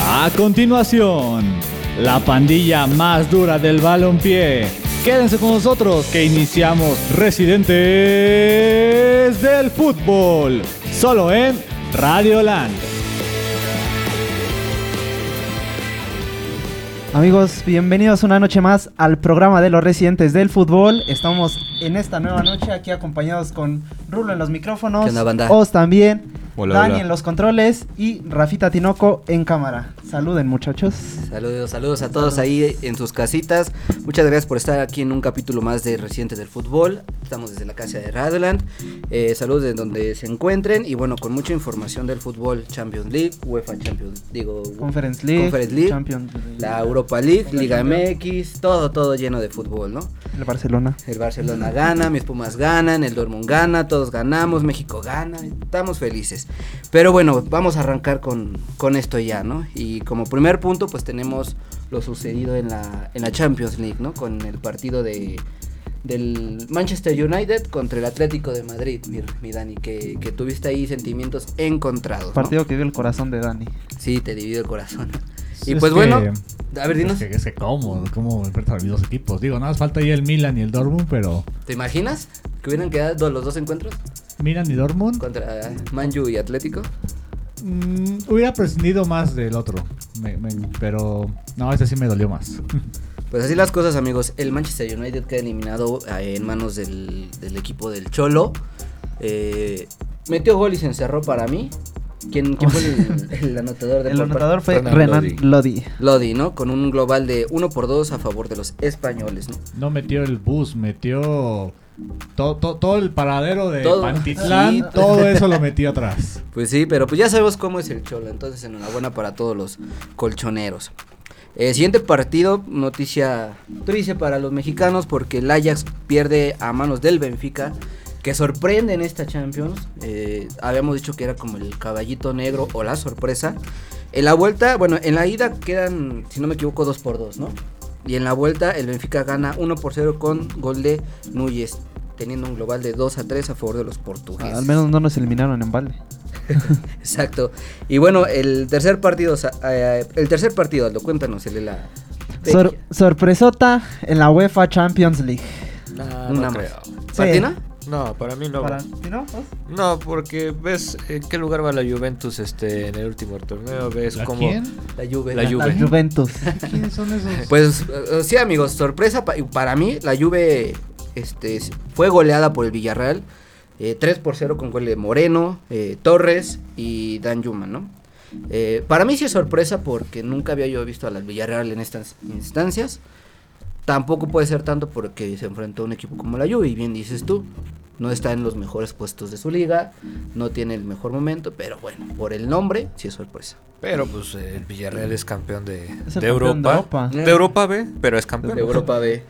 A continuación, la pandilla más dura del balompié. Quédense con nosotros que iniciamos Residentes del Fútbol, solo en Radio Land. Amigos, bienvenidos una noche más al programa de los residentes del fútbol. Estamos en esta nueva noche aquí acompañados con Rulo en los micrófonos, ¿Qué onda, banda? Os también, Hola, Dani hola. en los controles y Rafita Tinoco en cámara. Saluden muchachos. Saludos, saludos a todos ahí en sus casitas. Muchas gracias por estar aquí en un capítulo más de Recientes del Fútbol. Estamos desde la casa de Radland. Eh, saludos de donde se encuentren y bueno, con mucha información del fútbol, Champions League, UEFA Champions, digo, Conference League, Conference League, Champions League. la Europa League, Conference Liga Champions. MX, todo, todo lleno de fútbol, ¿no? El Barcelona. El Barcelona gana, mis Pumas ganan, el Dortmund gana, todos ganamos, México gana, estamos felices. Pero bueno, vamos a arrancar con, con esto ya, ¿no? Y como primer punto, pues tenemos lo sucedido en la, en la Champions League, ¿no? Con el partido de, del Manchester United contra el Atlético de Madrid, mi, mi Dani, que, que tuviste ahí sentimientos encontrados. ¿no? Partido que dio el corazón de Dani. Sí, te dividió el corazón. Y Es pues que- bueno, a ver, Es dinos, que, es que cómo, cómo enfrentan a los dos equipos. Pues Digo, nada más falta ahí el Milan y el Dortmund, pero ¿te imaginas que hubieran quedado los dos encuentros Milan y Dortmund contra Manju y Atlético? mm, hubiera prescindido más del otro. Me- me- pero no, este sí me dolió más. Pues así las cosas, amigos. El Manchester United queda eliminado eh, en manos del, del equipo del Cholo. Eh, metió gol y se encerró para mí. ¿Quién, quién fue el, el anotador de El por parte- anotador fue Renan Renan Lodi. Lodi. Lodi, ¿no? Con un global de 1 por 2 a favor de los españoles, ¿no? No metió el bus, metió to- to- todo el paradero de Todo. Pantitlán, Sí. todo eso lo metió atrás. Pues sí, pero pues ya sabemos cómo es el Cholo, entonces enhorabuena para todos los colchoneros. Eh, siguiente partido, noticia triste para los mexicanos porque el Ajax pierde a manos del Benfica, que sorprende en esta Champions. Eh, habíamos dicho que era como el caballito negro o la sorpresa. En la vuelta, bueno, en la ida quedan, si no me equivoco, 2 por 2 ¿no? Y en la vuelta el Benfica gana 1 por 0 con gol de Núñez, teniendo un global de 2 a 3 a favor de los portugueses. Al menos no nos eliminaron en balde. Exacto. Y bueno, el tercer partido, o sea, eh, el tercer partido, Aldo, cuéntanos, el de la... Sor- sorpresota en la UEFA Champions League. No, Una no más. creo. Sí. ¿Patina? No, para mí no. Para- güey. ¿Sí, no? ¿Vos? No, porque ves en qué lugar va la Juventus este en el último torneo, ves ¿La cómo quién? La Juve. La Juve. La Juventus. ¿Quiénes son esos? Pues eh, sí, amigos, sorpresa pa- para mí, la Juve este, s- fue goleada por el Villarreal, eh, 3 por 0 con gol de Moreno, eh, Torres y Dan Yuma, ¿no? Eh, para mí sí es sorpresa porque nunca había yo visto a la Villarreal en estas instancias. Tampoco puede ser tanto porque se enfrentó a un equipo como la Juve y bien dices tú, no está en los mejores puestos de su liga, no tiene el mejor momento, pero bueno, por el nombre sí es sorpresa. Pero pues eh, el Villarreal es campeón de, Es el de campeón de Europa. Europa. De Europa B, pero es campeón. Eh. de Europa B.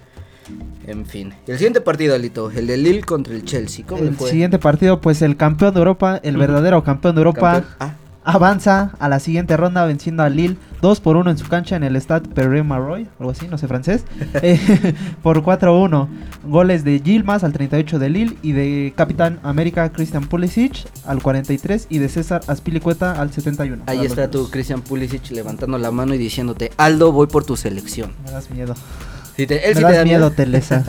En fin. El siguiente partido, Alito, el de Lille contra el Chelsea. ¿Cómo le El fue? siguiente partido, pues el campeón de Europa, el verdadero campeón de Europa, Campeón. Ah, avanza a la siguiente ronda venciendo a Lille 2 por 1 en su cancha en el Stade Perrin Maroy, algo así, no sé francés, eh, por 4-1. Goles de Gilmas al 38 de Lille y de Capitán América Christian Pulisic al 43 y de César Aspilicueta al 71. ahí Para está los tu dos. Christian Pulisic levantando la mano y diciéndote, Aldo, voy por tu selección. Me das miedo. Si te- Me él sí te das da miedo, Telesa.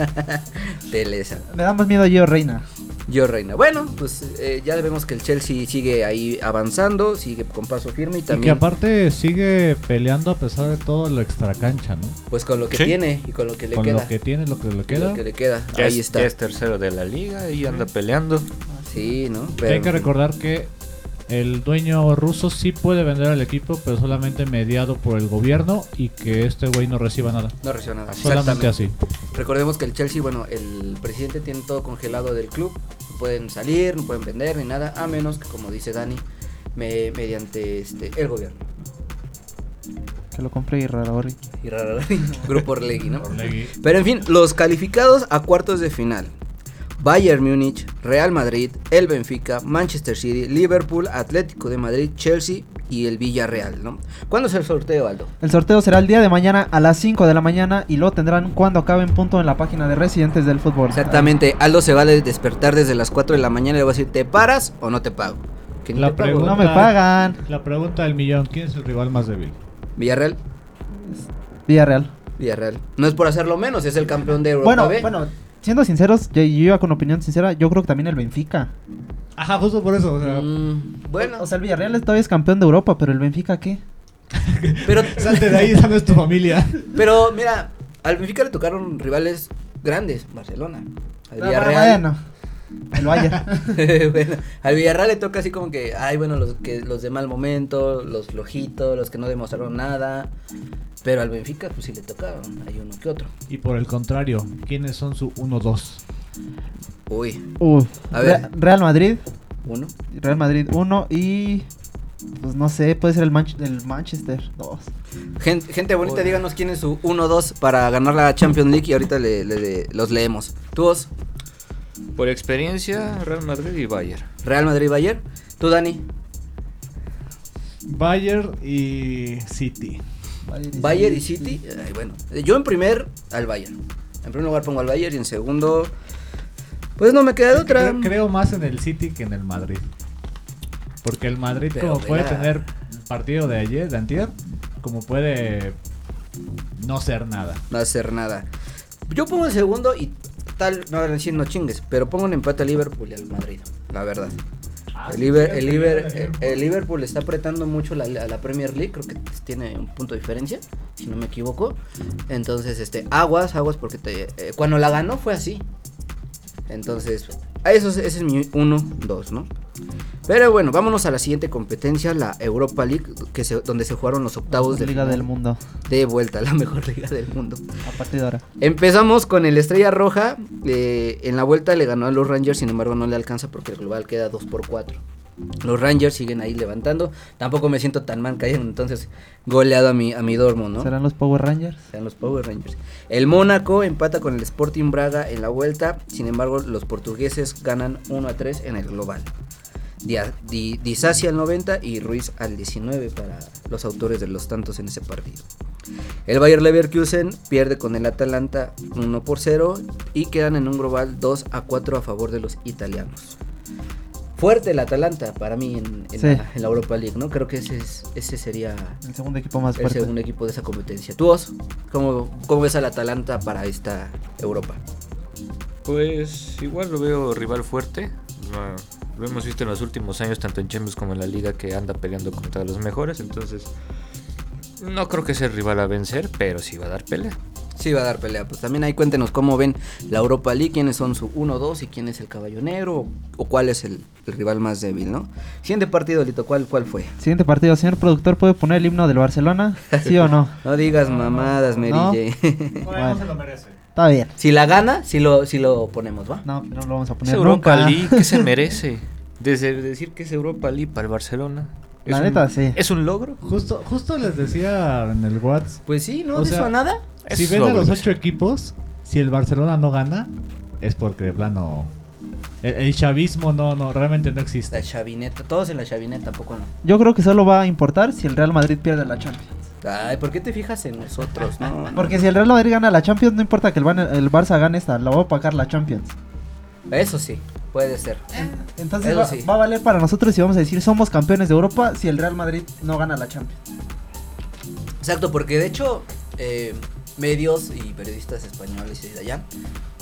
Te lesa. Me da más miedo yo, Reina. Yo, Reina. Bueno, pues eh, ya vemos que el Chelsea sigue ahí avanzando, sigue con paso firme y Y que también aparte sigue peleando a pesar de todo lo extracancha, ¿no? pues con lo que Sí. tiene y con lo que le Con queda. lo que tiene, lo que le Y queda. lo que le queda. Ya ahí es, está. ya es tercero de la liga y anda peleando. Sí, ¿no? Que Pero, Hay que recordar que el dueño ruso sí puede vender al equipo, pero solamente mediado por el gobierno y que este güey no reciba nada. No recibió nada. Solamente así. Recordemos que el Chelsea, bueno, el presidente tiene todo congelado del club. No pueden salir, no pueden vender ni nada, a menos que, como dice Dani, me- mediante este, el gobierno. Que lo compré y Raragorri. Y raro, Grupo Orlegui, ¿no? Pero en fin, los calificados a cuartos de final. Bayern Múnich, Real Madrid, el Benfica, Manchester City, Liverpool, Atlético de Madrid, Chelsea y el Villarreal, ¿no? ¿Cuándo es el sorteo, Aldo? El sorteo será el día de mañana a las 5 de la mañana y lo tendrán cuando acabe en punto en la página de Residentes del Fútbol. Exactamente, Aldo se va a despertar desde las 4 de la mañana y le va a decir, ¿te paras o no te pago? Que ni La te pago, pregunta- No me pagan. La pregunta del millón, ¿quién es el rival más débil? Ay, Villarreal. Villarreal. Villarreal. No es por hacerlo menos, es el campeón de Europa bueno, B. bueno, siendo sinceros, yo, yo iba con opinión sincera, yo creo que también el Benfica. Ajá, justo por eso. O sea, Mm, bueno, O sea, el Villarreal todavía es campeón de Europa, pero el Benfica qué? pero, salte de ahí, esa no es tu familia. pero mira, al Benfica le tocaron rivales grandes, Barcelona. Al Ah, Villarreal. Bueno, el Bayern. bueno, al Villarreal le toca así como que, ay, bueno, los, que, los de mal momento, los flojitos, los que no demostraron nada. Pero al Benfica, pues sí le tocaron, hay uno que otro. Y por el contrario, ¿quiénes son su 1-2? Uy, Uf. A ver. Re- Real Madrid, uno. Real Madrid 1 y pues no sé, puede ser el, Manch- el Manchester 2. Gen- Gente, bonita, díganos quién es su 1-2 para ganar la Champions League y ahorita le- le- le- los leemos. Tú, Oz, Por experiencia, Real Madrid y Bayern. Real Madrid Bayern. Tú, Dani. Bayern y City. Bayern y City. Ay, bueno, yo en primer al Bayern. En primer lugar pongo al Bayern y en segundo. Pues no me queda de otra. Creo, creo más en el City que en el Madrid. Porque el Madrid, Pero como puede mira. tener partido de ayer, de antier, como puede no ser nada. No hacer nada. Yo pongo en segundo y tal, no van a decir no chingues, pero pongo un empate a Liverpool y al Madrid, la verdad. Ah, El, Liber- el, Liber- el Liverpool está apretando mucho la, a la Premier League, creo que tiene un punto de diferencia, si no me equivoco. Entonces, este, aguas, aguas, porque te- eh, cuando la ganó fue así. Entonces, a eso es- ese es mi 1-2, ¿no? Pero bueno, vámonos a la siguiente competencia, la Europa League, que se- donde se jugaron los octavos de, Liga final. del Mundo, de vuelta, la mejor liga del mundo. a partir de ahora. Empezamos con el Estrella Roja. eh, en la vuelta le ganó a los Rangers, sin embargo no le alcanza porque el global queda 2 por 4. Los Rangers siguen ahí levantando. Tampoco me siento tan mal que hayan entonces goleado a mi, a mi Dortmund, ¿no? ¿Serán los Power Rangers? Sean los Power Rangers. El Mónaco empata con el Sporting Braga en la vuelta. Sin embargo, los portugueses ganan 1 a 3 en el global. Dia- Di, Di Sassi al 90 y Ruiz al 19 para los autores de los tantos en ese partido. El Bayer Leverkusen pierde con el Atalanta 1 por 0 y quedan en un global 2 a 4 a favor de los italianos. Fuerte el Atalanta para mí en, en Sí. la, en la Europa League, ¿no? Creo que ese, es- ese sería El segundo equipo más el fuerte. segundo equipo de esa competencia. ¿Tú, Oz, cómo, cómo ves al Atalanta para esta Europa? Pues igual lo veo rival fuerte. Lo, lo hemos visto en los últimos años, tanto en Champions como en la liga, que anda peleando contra los mejores. Entonces, no creo que sea el rival a vencer, pero sí va a dar pelea. Sí, va a dar pelea. Pues también ahí cuéntenos cómo ven la Europa League, quiénes son su 1-2 y quién es el caballo negro o, o cuál es el, el rival más débil, ¿no? Siguiente partido, Lito, ¿cuál, cuál fue? Siguiente partido, señor productor, ¿puede poner el himno del Barcelona? ¿Sí o no? No digas mamadas, Mary No. Jane. Bueno. se lo merece. Está bien. si la gana, si lo, si lo ponemos, ¿va? No, no lo vamos a Es poner Europa nunca. League, ¿qué se merece? Desde decir que es Europa League para el Barcelona. La es neta, un, sí. ¿Es un logro? Justo, justo les decía en el WhatsApp. Pues sí, ¿no? O ¿De sea- eso a nada? Si Es ven a logro. los ocho equipos, si el Barcelona no gana, es porque de plano. El, el chavismo no, no, realmente no La existe. chavineta, todos en la chavineta, tampoco no. Yo creo que solo va a importar si el Real Madrid pierde la Champions. Ay, ¿por qué te fijas en nosotros? No, no. Porque si el Real Madrid gana la Champions, no importa que el, Ban- el Barça gane esta, la va a pagar la Champions. Eso sí, puede ser. Eh, Entonces Eso va, sí. va a valer para nosotros y vamos a decir somos campeones de Europa si el Real Madrid no gana la Champions. Exacto, porque de hecho eh, medios y periodistas españoles y de allá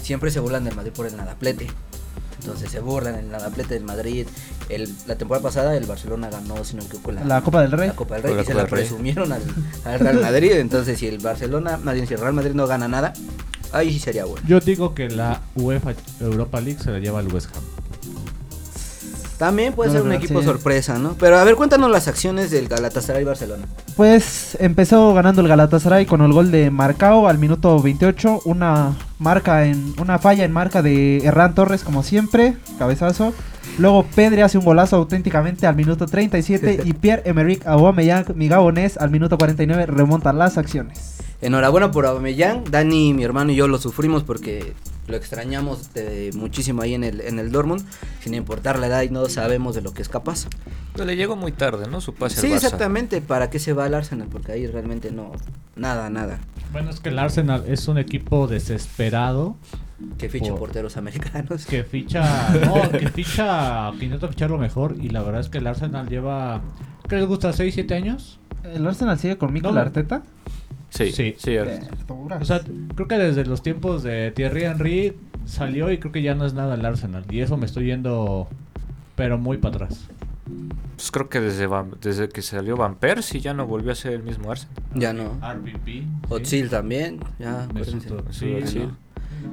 siempre se burlan del Madrid por el nadaplete. Entonces se burlan el nadaplete del Madrid. El- la temporada pasada el Barcelona ganó, sino que con la, La Copa del Rey. la Copa del Rey Con la y se Copa la del Rey. presumieron al, al Real Madrid. Entonces si el Barcelona, más bien si el Real Madrid no gana nada, ahí sí sería bueno. Yo digo que la UEFA Europa League se la lleva al West Ham. También puede No, ser un no, equipo sí. sorpresa, ¿no? Pero a ver, cuéntanos las acciones del Galatasaray Barcelona. Pues empezó ganando el Galatasaray con el gol de Marcao al minuto 28, una marca en una falla en marca de Herrán Torres como siempre, cabezazo. Luego Pedri hace un golazo auténticamente al minuto 37 y Pierre Emerick Aubameyang, mi gabonés, al minuto 49 remonta las acciones. Enhorabuena por Aubameyang. Dani, mi hermano y yo lo sufrimos porque lo extrañamos eh, muchísimo ahí en el, en el Dortmund. Sin importar la edad y no sabemos de lo que es capaz. Pero le llegó muy tarde, ¿no? Su pase Sí, al Barça. exactamente. ¿Para qué se va al Arsenal? Porque ahí realmente no... Nada, nada. Bueno, es que el Arsenal es un equipo desesperado Que ficha Por- porteros americanos. que ficha, no, que ficha, que intenta fichar lo mejor y la verdad es que el Arsenal lleva, ¿qué les gusta? ¿6, 7 años? ¿El Arsenal sigue con Mikel No. Arteta? Sí, Sí. sí. O sea, creo que desde los tiempos de Thierry Henry salió y creo que ya no es nada el Arsenal. Y eso me estoy yendo, pero muy para atrás. Pues creo que desde, Van- desde que salió Van Persie ya no volvió a ser el mismo Arsenal. Ya no. Ah, RPP. Otzil también. Ya, acuérdense. Sí, Sí, sí. no.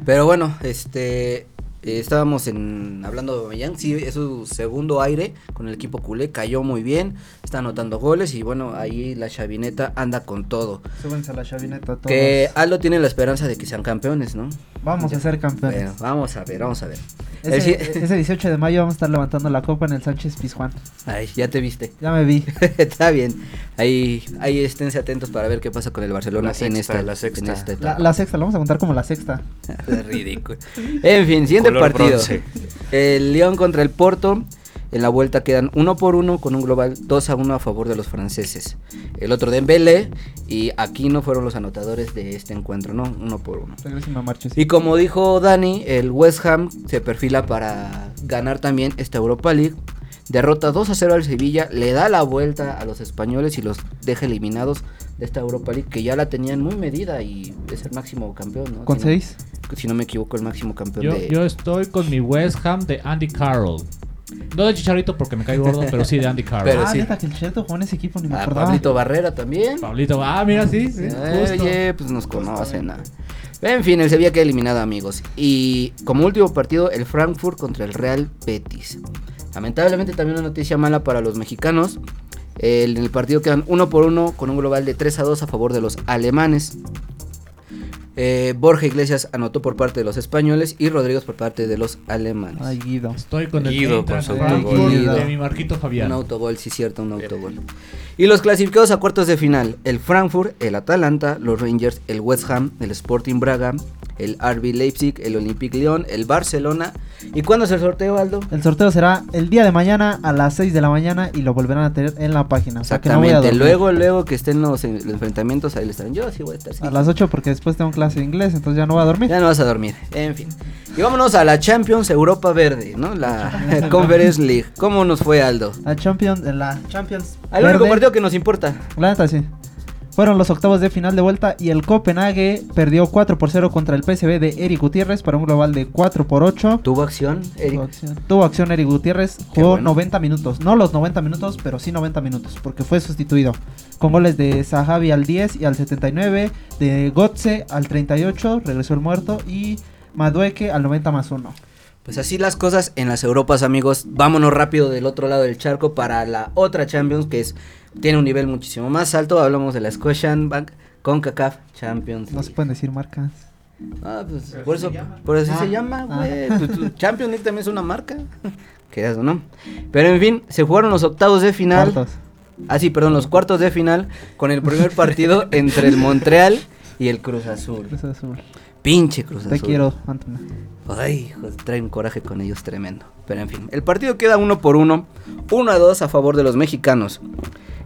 Pero bueno, este eh, estábamos en hablando de Aubameyang, sí, es su segundo aire con el equipo culé, cayó muy bien, está anotando goles y bueno, ahí la chavineta anda con todo. Súbense a la chavineta todos. Que Aldo tiene la esperanza de que sean campeones, ¿no? Vamos a ser campeones. Bueno, vamos a ver, vamos a ver. El Ese, si- ese 18 de mayo vamos a estar levantando la copa en el Sánchez Pizjuán. Ay, ya te viste. Ya me vi. Está bien. Ahí, ahí esténse atentos para ver qué pasa con el Barcelona La sexta, en esta, la en sexta. esta La, etapa. la sexta, la vamos a contar como la sexta. Es ridículo. En fin, siguiente Color partido. bronce. El León contra el Porto. En la vuelta quedan uno por uno con un global 2 a 1 a favor de los franceses. El otro de Dembélé y aquí no fueron los anotadores de este encuentro, ¿no? Uno por uno. Regresen a marches. Y como dijo Dani, el West Ham se perfila para ganar también esta Europa League. Derrota 2 a 0 al Sevilla, le da la vuelta a los españoles y los deja eliminados de esta Europa League que ya la tenían muy medida y es el máximo campeón, ¿no? Con Si no- 6. si no me equivoco, el máximo campeón Yo, de. yo estoy con mi West Ham de Andy Carroll. No de Chicharito porque me cae gordo, pero sí de Andy Carroll. Pero ah, sí. neta que el Cheto jugó en ese equipo, ni me a acordaba. Pablito Barrera también. Pablito, ah, mira, sí, sí, justo. Oye, pues nos conocen. ah. En fin, el Sevilla queda eliminado, amigos. Y como último partido, el Frankfurt contra el Real Betis. Lamentablemente también una noticia mala para los mexicanos. El- en el partido quedan uno por uno con un global de 3 a 2 a favor de los alemanes. Eh, Borja Iglesias anotó por parte de los españoles y Rodríguez por parte de los alemanes. Ay, Guido. Estoy con el Guido Eintracht con su Frankfurt autogol. de mi Marquito Fabián. Un autogol, sí, cierto, un autogol. Y los clasificados a cuartos de final: el Frankfurt, el Atalanta, los Rangers, el West Ham, el Sporting Braga, el RB Leipzig, el Olympique Lyon, el Barcelona. ¿Y cuándo es el sorteo, Aldo? El sorteo será el día de mañana a las 6 de la mañana y lo volverán a tener en la página. O sea que no voy a Exactamente, dormir. luego, luego que estén los, en- los enfrentamientos, ahí le estarán. Yo sí voy a estar. sí. A las 8 porque después tengo clase de inglés, entonces ya no voy a dormir. Ya no vas a dormir, en fin. Y vámonos a la Champions Europa Verde, ¿no? La Conference League. ¿Cómo nos fue, Aldo? La Champions, eh, la Champions. Al único verde, partido que nos importa. La neta, sí. Fueron los octavos de final de vuelta y el Copenhague perdió 4 por 0 contra el PSV de Eric Gutiérrez para un global de 4 por 8. ¿Tuvo acción, Tuvo Eric? acción, tuvo acción Eric Gutiérrez, jugó bueno. 90 minutos. No los 90 minutos, pero sí 90 minutos, porque fue sustituido. Con goles de Sahabi al 10 y al 79, de Gotze al 38, regresó el muerto, y Madueke al 90 más 1. Pues así las cosas en las Europas, amigos. Vámonos rápido del otro lado del charco para la otra Champions, que es tiene un nivel muchísimo más alto. Hablamos de la Scotian Bank con CACAF Champions. No se League. pueden decir marcas. Ah, pues, por eso, por eso Ah, se llama, ah. güey. Tu- tu Champions League también es una marca. Quedas, ¿no? Pero en fin, se jugaron los octavos de final. Cuartos. Ah, sí, perdón, los cuartos de final con el primer partido entre el Montreal y el Cruz Azul. Cruz Azul. Pinche Cruz Te Azul. quiero, Antonio. Pues, Ay, hijos, traen coraje con ellos tremendo. Pero en fin, el partido queda uno por uno, uno a dos a favor de los mexicanos.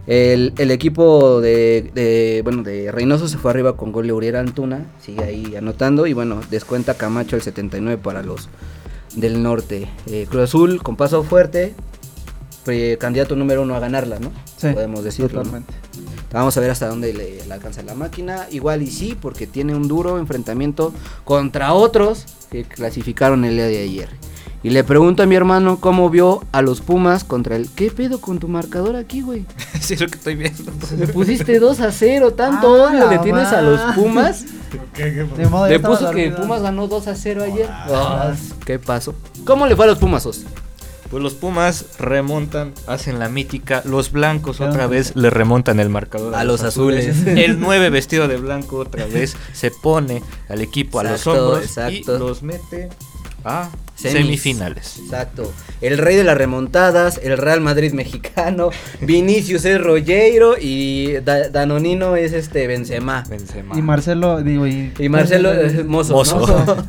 El, el equipo de, de- bueno, de Reynoso se fue arriba con gol de Uriel Antuna, sigue ahí anotando y bueno, descuenta Camacho el 79 para los del norte. Eh, Cruz Azul con paso fuerte, eh, candidato número uno a ganarla, ¿no? Sí, Podemos decirlo. ¿no? Totalmente. Vamos a ver hasta dónde le, le alcanza la máquina. Igual y sí, porque tiene un duro enfrentamiento contra otros que clasificaron el día de ayer. Y le pregunto a mi hermano cómo vio a los Pumas contra el... ¿Qué pedo con tu marcador aquí, güey? sí, es lo que estoy viendo. Le pusiste 2 a 0, tanto Ah, odio le la tienes a madre. los Pumas. Ni modo, ya Le estaba puso que dormido. Pumas ganó 2 a 0 ayer. Ah, ¿Qué pasó? ¿Cómo le fue a los Pumasos? Pues los Pumas remontan, hacen la mítica. Los blancos Claro. otra vez le remontan el marcador. A los azules. El 9 vestido de blanco otra vez se pone al equipo a los Exacto, hombros exacto. y los mete a Semis. semifinales. Exacto. El rey de las remontadas, el Real Madrid mexicano, Vinicius es Rogueiro y Da- Danonino es este Benzema. Benzema. Y Marcelo, digo, y, Y Marcelo es Mozo. Mozo. ¿no?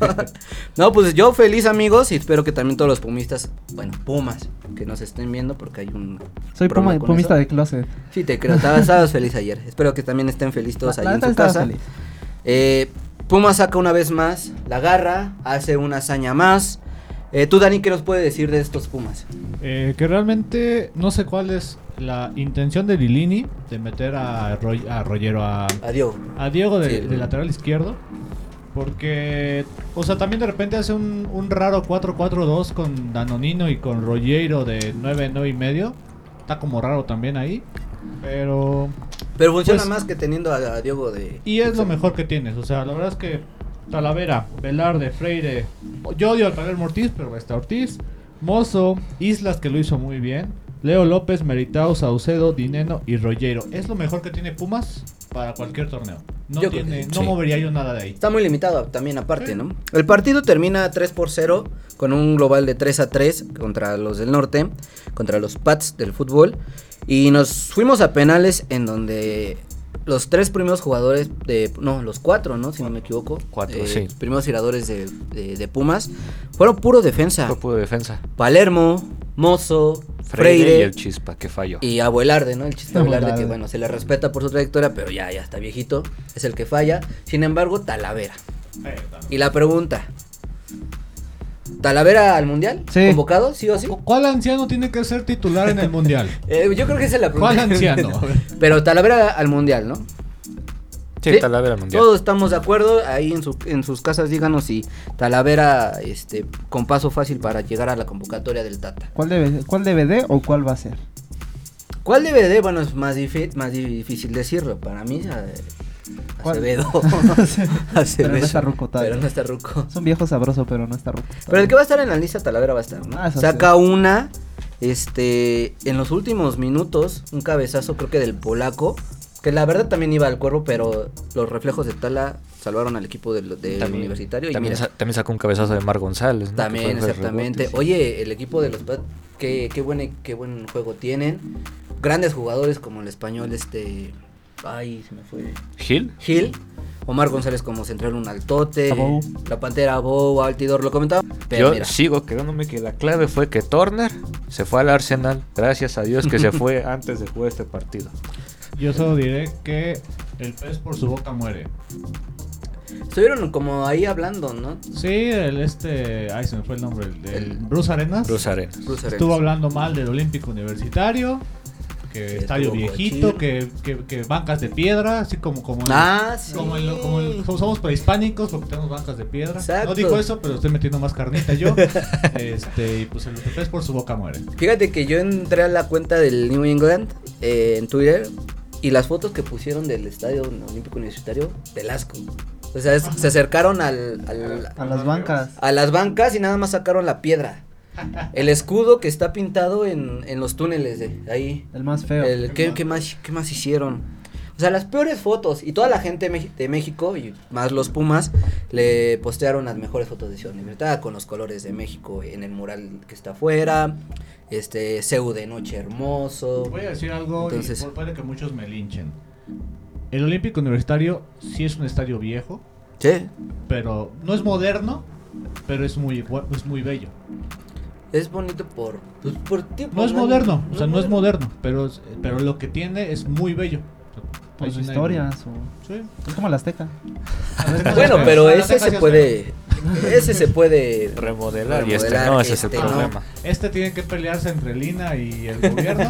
No, pues yo feliz amigos y espero que también todos los pumistas, bueno, pumas, que nos estén viendo porque hay un... Soy problema puma- con pumista eso. de closet. Sí, te creo, estabas, estabas feliz ayer. Espero que también estén felices todos La- ahí la en neta su estaba casa. feliz. Eh, Puma saca una vez más la garra, hace una hazaña más. Eh, Tú, Dani, ¿qué nos puede decir de estos Pumas? Eh, que realmente no sé cuál es la intención de Lilini de meter a, Roy- a Rollero a, Adiós. a Diego de, Sí. de lateral izquierdo. Porque, o sea, también de repente hace un, un raro 4-4-2 con Danonino y con Rollero de 9, 9 y medio. Está como raro también ahí. Pero. Pero funciona Pues- más que teniendo a, a Diego de. Y es lo mejor que tienes. O sea, la verdad es que Talavera, Velarde, Freire. Yo odio al Palermo Ortiz, pero está Ortiz. Mozo, Islas que lo hizo muy bien. Leo López, Meritao, Saucedo, Dineno y Rollero. Es lo mejor que tiene Pumas para cualquier torneo. No, Yo creo tiene- que no sí. movería yo nada de ahí. Está muy limitado también aparte, ¿no? El partido termina 3 por 0 con un global de 3 a 3 contra los del norte, contra los Pats del fútbol. Y nos fuimos a penales en donde los tres primeros jugadores de... No, los cuatro, ¿no? Si no me equivoco. Cuatro, eh, sí. Los primeros tiradores de, de- de Pumas fueron puro defensa. Cuerpo de defensa. Palermo, Mozo, Freire, Freire, y el Chispa, que falló. y Abuelarde, ¿no? El chiste de Abelarde. Abelarde que, bueno, se le respeta por su trayectoria, pero ya, ya está viejito. Es el que falla. Sin embargo, Talavera. Y la pregunta. ¿Talavera al mundial? Sí. ¿Convocado? ¿Sí o sí? ¿Cuál anciano tiene que ser titular en el mundial? Eh, yo creo que esa es la pregunta. ¿Cuál anciano? Pero Talavera al mundial, ¿no? Sí, Sí. Talavera Mundial. Todos estamos de acuerdo. Ahí en, su- en sus casas díganos si Talavera este, con paso fácil para llegar a la convocatoria del Tata. ¿Cuál, debe, ¿Cuál DVD o cuál va a ser? ¿Cuál DVD? Bueno, es más, difi- más difícil decirlo. Para mí, eh, ¿Cuál? Acevedo. Pero no Acevedo. está ruco todavía. Pero no está ruco. Es un viejo sabroso, pero no está ruco. Pero el que va a estar en la lista Talavera va a estar, ¿no? Ah, eso Saca una, este, en los últimos minutos, un cabezazo creo que del polaco, que la verdad también iba al cuervo, pero los reflejos de Tala salvaron al equipo del, del universitario. también, y mira, sa- también sacó un cabezazo de Mar González. ¿no? también, Que fue de exactamente. rebote, sí. Oye, el equipo de los Pats, qué, qué, buen, e, qué buen juego tienen. Grandes jugadores como el español, este, ay, se me fue. Gil. Gil, Omar González como central, un altote, Abou. la Pantera Bow, Altidor, lo comentaba. Pero Yo mira, sigo quedándome que la clave fue que Turner se fue al Arsenal. Gracias a Dios que se fue antes de jugar este partido. Yo solo diré que el pez por su boca muere. estuvieron como ahí hablando, ¿no? Sí, el este. Ay, se me fue el nombre. El, el El- Bruce Arenas. Bruce Arenas. Bruce Arenas. Estuvo hablando mal del Olímpico Universitario. Que Sí, estadio estuvo viejito, cochino. que, que, que bancas de piedra, así como como en- Ah, sí. como, en lo- como en- como somos prehispánicos porque tenemos bancas de piedra. Exacto. No dijo eso, pero estoy metiendo más carnita yo. este, y pues el pez por su boca muere. Fíjate que yo entré a la cuenta del New England eh, en Twitter y las fotos que pusieron del estadio olímpico universitario, del asco. O sea, es- se acercaron al, al- A las bancas. a las bancas y nada más sacaron la piedra. El escudo que está pintado en, en los túneles de ahí. El más feo. El, ¿qué, qué más, ¿Qué más hicieron? O sea, las peores fotos. Y toda la gente de Mex- de México, y más los Pumas, le postearon las mejores fotos de Ciudad Universitaria con los colores de México en el mural que está afuera. Este, CEU de noche hermoso. Voy a decir algo Entonces- y pues puede que muchos me linchen. El Olímpico Universitario sí es un estadio viejo, Sí, pero no es moderno, pero es muy bu- es muy bello. es bonito por, pues, por tiempo, No es moderno, o sea, no es moderno, pero es- pero lo que tiene es muy bello. Por su Hay una- historia, su... Sí. Es como el Azteca. Bueno, pero Ahora ese está se casi puede. Ese se puede. Remodelar. Y este Remodelar, no, ese es el este no. problema. Este tiene que pelearse entre Lina y el gobierno.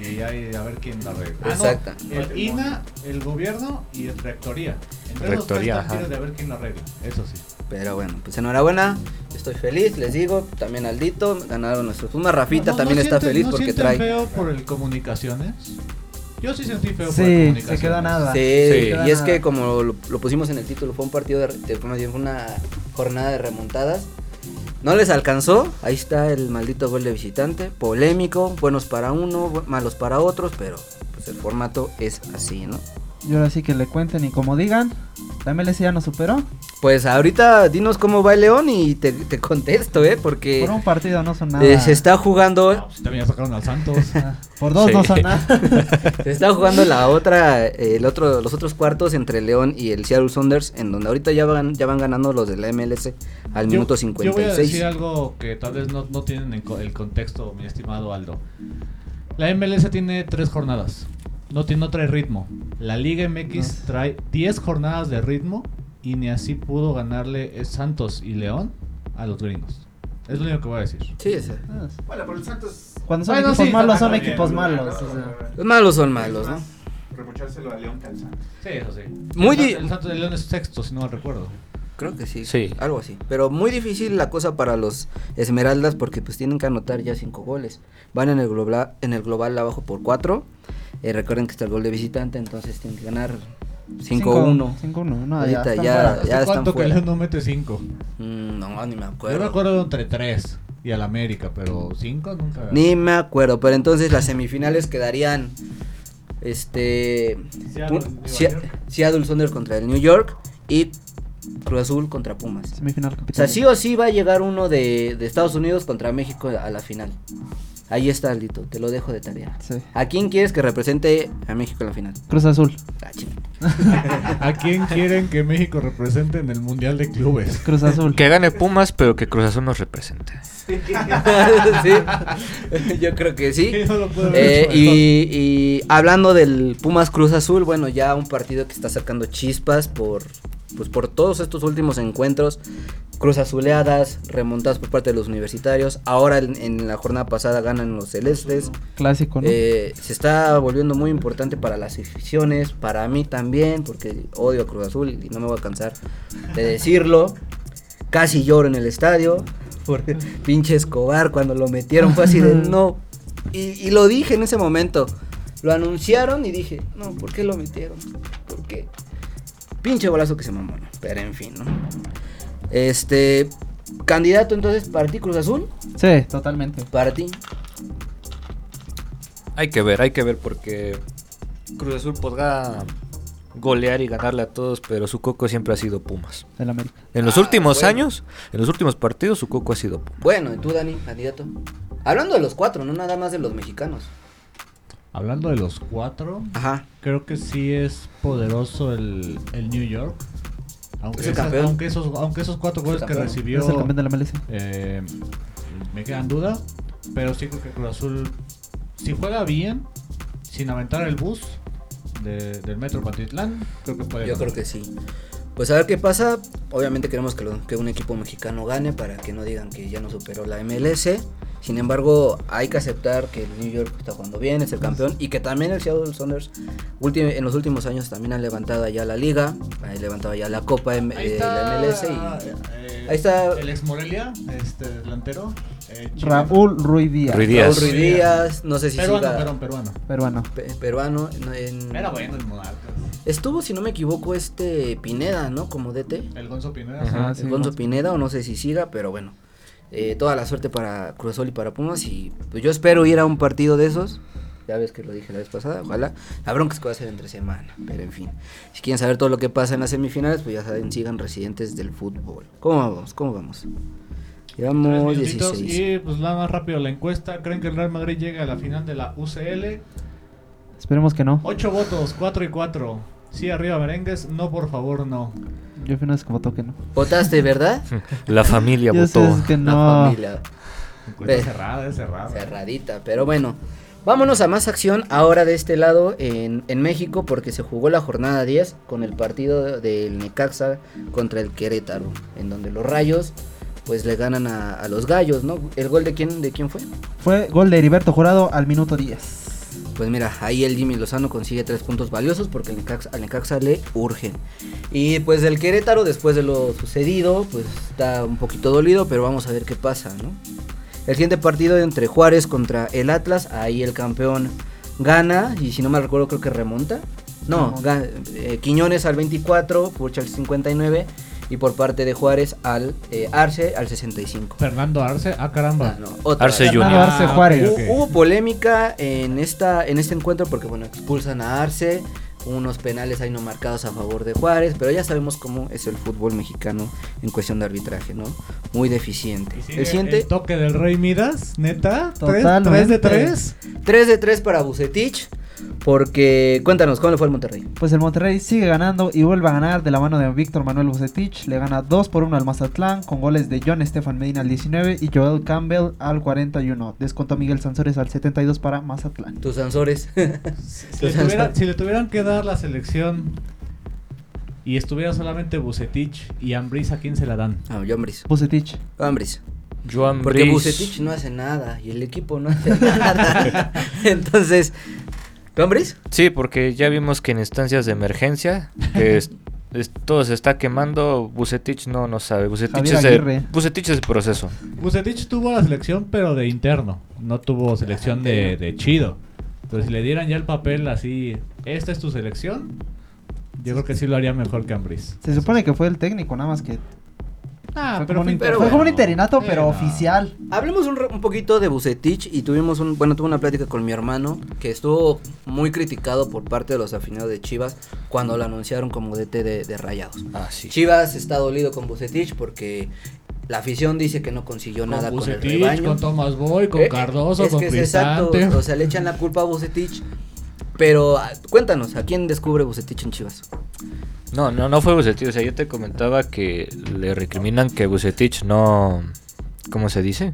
Y ahí a ver quién la arregla. Ah, no, Exacto. el INA, el gobierno y el rectoría. Entre esos tres Rectoría, partidos ajá. de a ver quién la arregla. Eso sí. Pero bueno, pues enhorabuena. Estoy feliz, les digo. También Aldito, ganaron nuestros Pumas. Rafita No, no, también no está sienten- feliz no porque sienten trae. feo por el comunicaciones? Yo sí sentí feo por el Sí, comunicaciones. se queda nada. Sí, Sí. y es que como lo, lo pusimos en el título, fue un partido de, de- más bien, fue una jornada de remontadas. No les alcanzó, ahí está el maldito gol de visitante, polémico, buenos para uno, bu- malos para otros, pero pues el formato es así, ¿no? Y ahora sí que le cuenten y como digan, la MLS ya nos superó. Pues ahorita dinos cómo va el León y te, te contesto, ¿eh? Porque Por un partido no son nada. eh, se está jugando, Ah, pues también ya sacaron al Santos. Ah, Por dos Sí. no son nada. se está jugando la otra, eh, el otro, los otros cuartos entre el León y el Seattle Sounders, en donde ahorita ya van, ya van ganando los de la MLS al Yo- minuto Yo voy a 56. decir algo que tal vez no, no tienen en co- el contexto, mi estimado Aldo. La MLS tiene tres jornadas. No, tiene, no trae ritmo. La Liga MX trae 10 jornadas de ritmo y ni así pudo ganarle eh, Santos y León a los gringos. Es lo único que voy a decir. Sí, sí. Ah, Bueno, pero el Santos Cuando son Bueno, equipos sí, malos, son también, equipos también, malos. o sea. Los malos son malos, ¿no? Reprochárselo a León Calzán. Sí, eso sí. el, Muy di- Santos- el Santos de León es sexto, si no mal recuerdo. Creo que sí. Sí. Algo así. Pero muy difícil la cosa para los Esmeraldas porque pues tienen que anotar ya cinco goles. Van en el global, en el global abajo por cuatro. Eh, recuerden que está el gol de visitante, entonces tienen que ganar 5-1. 5-1, no, ya. Ahorita están ya- fuera. ya ¿Hace están ¿Cuánto que fuera. León no mete cinco? Mm, no, ni me Yo acuerdo. recuerdo entre tres y al América, pero cinco nunca. Ni me acuerdo. Pero entonces las semifinales quedarían... Este... Seattle, Pu- Nueva Sea- York. Seattle Thunder contra el New York y Cruz Azul contra Pumas. Semifinal O sea, capital. sí o sí va a llegar uno de, de Estados Unidos contra México a la final. Ahí está, Aldito, te lo dejo de tarea. Sí. ¿A quién quieres que represente a México en la final? Cruz Azul. Ah, ching. ¿A quién quieren que México represente en el Mundial de Clubes? Cruz Azul. Que gane Pumas, pero que Cruz Azul nos represente. Sí, Yo creo que sí. Sí, no lo puedo ver Eh, mejor. y, y hablando del Pumas Cruz Azul, bueno, ya un partido que está sacando chispas por, pues por todos estos últimos encuentros. Cruz Azuleadas, remontadas por parte de los universitarios. Ahora en, en la jornada pasada ganan los celestes. Clásico, ¿no? Eh, se está volviendo muy importante para las aficiones, para mí también, porque odio a Cruz Azul y no me voy a cansar de decirlo. Casi lloro en el estadio, porque pinche Escobar cuando lo metieron fue así de no. Y, y lo dije en ese momento, lo anunciaron y dije, no, ¿por qué lo metieron? ¿Por qué? Pinche golazo que se mamona, pero en fin, ¿no? Este, candidato entonces para ti Cruz Azul, Sí, totalmente. para ti. Hay que ver, hay que ver porque Cruz Azul podrá golear y ganarle a todos, pero su coco siempre ha sido Pumas. Del América. En los Ah, últimos bueno. años, en los últimos partidos, su coco ha sido Pumas. Bueno, ¿y tú, Dani, candidato? Hablando de los cuatro, no nada más de los mexicanos. Hablando de los cuatro, Ajá. creo que sí es poderoso el, el New York. Aunque, Es el esas- campeón. aunque esos, aunque esos cuatro goles que campeón. recibió Es el campeón de la MLS. eh, me quedan dudas. Pero sí creo que Cruz Azul, si juega bien, sin aventar el bus de- del Metro Patitlán, creo que puede. Yo ganar. creo que sí. Pues a ver qué pasa. Obviamente queremos que, lo- que un equipo mexicano gane para que no digan que ya no superó la MLS. Sin embargo, hay que aceptar que el New York está jugando bien, es el campeón. Y que también el Seattle Sounders ulti- en los últimos años también han levantado ya la liga, han levantado ya la Copa em- Ahí eh, está, la MLS. y- eh, ahí está- El ex Morelia, este delantero. eh, chileno. Raúl Ruiz Díaz. Ruiz Díaz. Raúl Ruiz Díaz, no sé si Peruano, siga- perdón, peruano. Peruano. pe- peruano. no, en- Era bueno el Monarcas. Estuvo, si no me equivoco, este Pineda, ¿no? Como DT. El Gonzo Pineda. Ajá. Ah, Sí, sí, Alfonso más- Pineda o no sé si siga, pero bueno. Eh, toda la suerte para Cruz Azul y para Pumas y pues, yo espero ir a un partido de esos. Ya ves que lo dije la vez pasada, ojalá. La bronca es que va a ser entre semana, pero en fin. Si quieren saber todo lo que pasa en las semifinales, pues ya saben, sigan residentes del fútbol. ¿Cómo vamos? ¿Cómo vamos? Tres Llevamos minutitos 16. Y pues la más rápido la encuesta. ¿Creen que el Real Madrid llega a la final de la UCL? Esperemos que no. 8 votos, 4 y 4. Sí, arriba merengues. No, por favor, no. Yo finalmente como toque, ¿no? ¿Votaste, verdad? La familia Yo sé votó. es que La no. familia Encuesta Ve. cerrada, es cerrada. cerradita, pero bueno. Vámonos a más acción ahora de este lado en, en México porque se jugó la jornada 10 con el partido del Necaxa contra el Querétaro, en donde los Rayos pues le ganan a, a los Gallos, ¿no? ¿El gol de quién, de quién fue? Fue gol de Heriberto Jurado al minuto 10. Pues mira, ahí el Jimmy Lozano consigue tres puntos valiosos porque el Necaxa- al Necaxa le urgen. Y pues el Querétaro, después de lo sucedido, pues está un poquito dolido, pero vamos a ver qué pasa, ¿no? El siguiente partido entre Juárez contra el Atlas, ahí el campeón gana y si no me recuerdo creo que remonta. No, Remonta. ga- eh, Quiñones al 24, Purcha al 59 y por parte de Juárez al eh, Arce al 65. Fernando Arce. Ah, caramba. Ah, no, otra Arce vez. Junior. Fernando Arce Ah, Juárez. ok, ok. Hu- Hubo polémica en esta en este encuentro porque bueno, expulsan a Arce, unos penales ahí no marcados a favor de Juárez, pero ya sabemos cómo es el fútbol mexicano en cuestión de arbitraje, ¿no? Muy deficiente. Y sigue El siguiente el toque del Rey Midas, neta. Totalmente. 3 de 3. 3 de 3 para Bucetich porque cuéntanos cómo le fue al Monterrey. Pues el Monterrey sigue ganando y vuelve a ganar de la mano de Víctor Manuel Bucetich. Le gana 2 por 1 al Mazatlán con goles de John Estefan Medina al 19 y Joel Campbell al 41. Descontó Miguel Sansores al 72 para Mazatlán. Tus ansores. Si le, tuviera- si le tuvieran que dar la selección y estuviera solamente Bucetich y Ambriz, ¿a quién se la dan? Ah, John Brice. Bucetich. John Brice. Joan Porque Briz. Bucetich no hace nada y el equipo no hace nada. Entonces, ¿tú Ambris? Sí, porque ya vimos que en instancias de emergencia que es- es- todo se está quemando. Bucetich no, no sabe. Bucetich Javier es, Aguirre. el, Bucetich es el proceso. Bucetich tuvo la selección, pero de interno. No tuvo selección de, de chido. Entonces, si le dieran ya el papel así, esta es tu selección, yo creo que sí lo haría mejor que Ambris. Se supone que fue el técnico, nada más que. Ah, fue como un, inter- pero fue como un bueno. interinato, Sí, pero no. oficial. Hablemos un, re- un poquito de Bucetich y tuvimos un, bueno, tuve una plática con mi hermano que estuvo muy criticado por parte de los afinados de Chivas cuando lo anunciaron como DT de, de Rayados. Ah, sí. Chivas está dolido con Bucetich porque la afición dice que no consiguió Con nada con el Bucetich, rebaño. con Thomas Boy, con Eh, Cardoso, es con que es exacto, Cristante. o sea, le echan la culpa a Bucetich. Pero ah, cuéntanos, ¿a quién descubre Bucetich en Chivas? No, no, no fue Bucetich. O sea, yo te comentaba que le recriminan que Bucetich no. ¿Cómo se dice?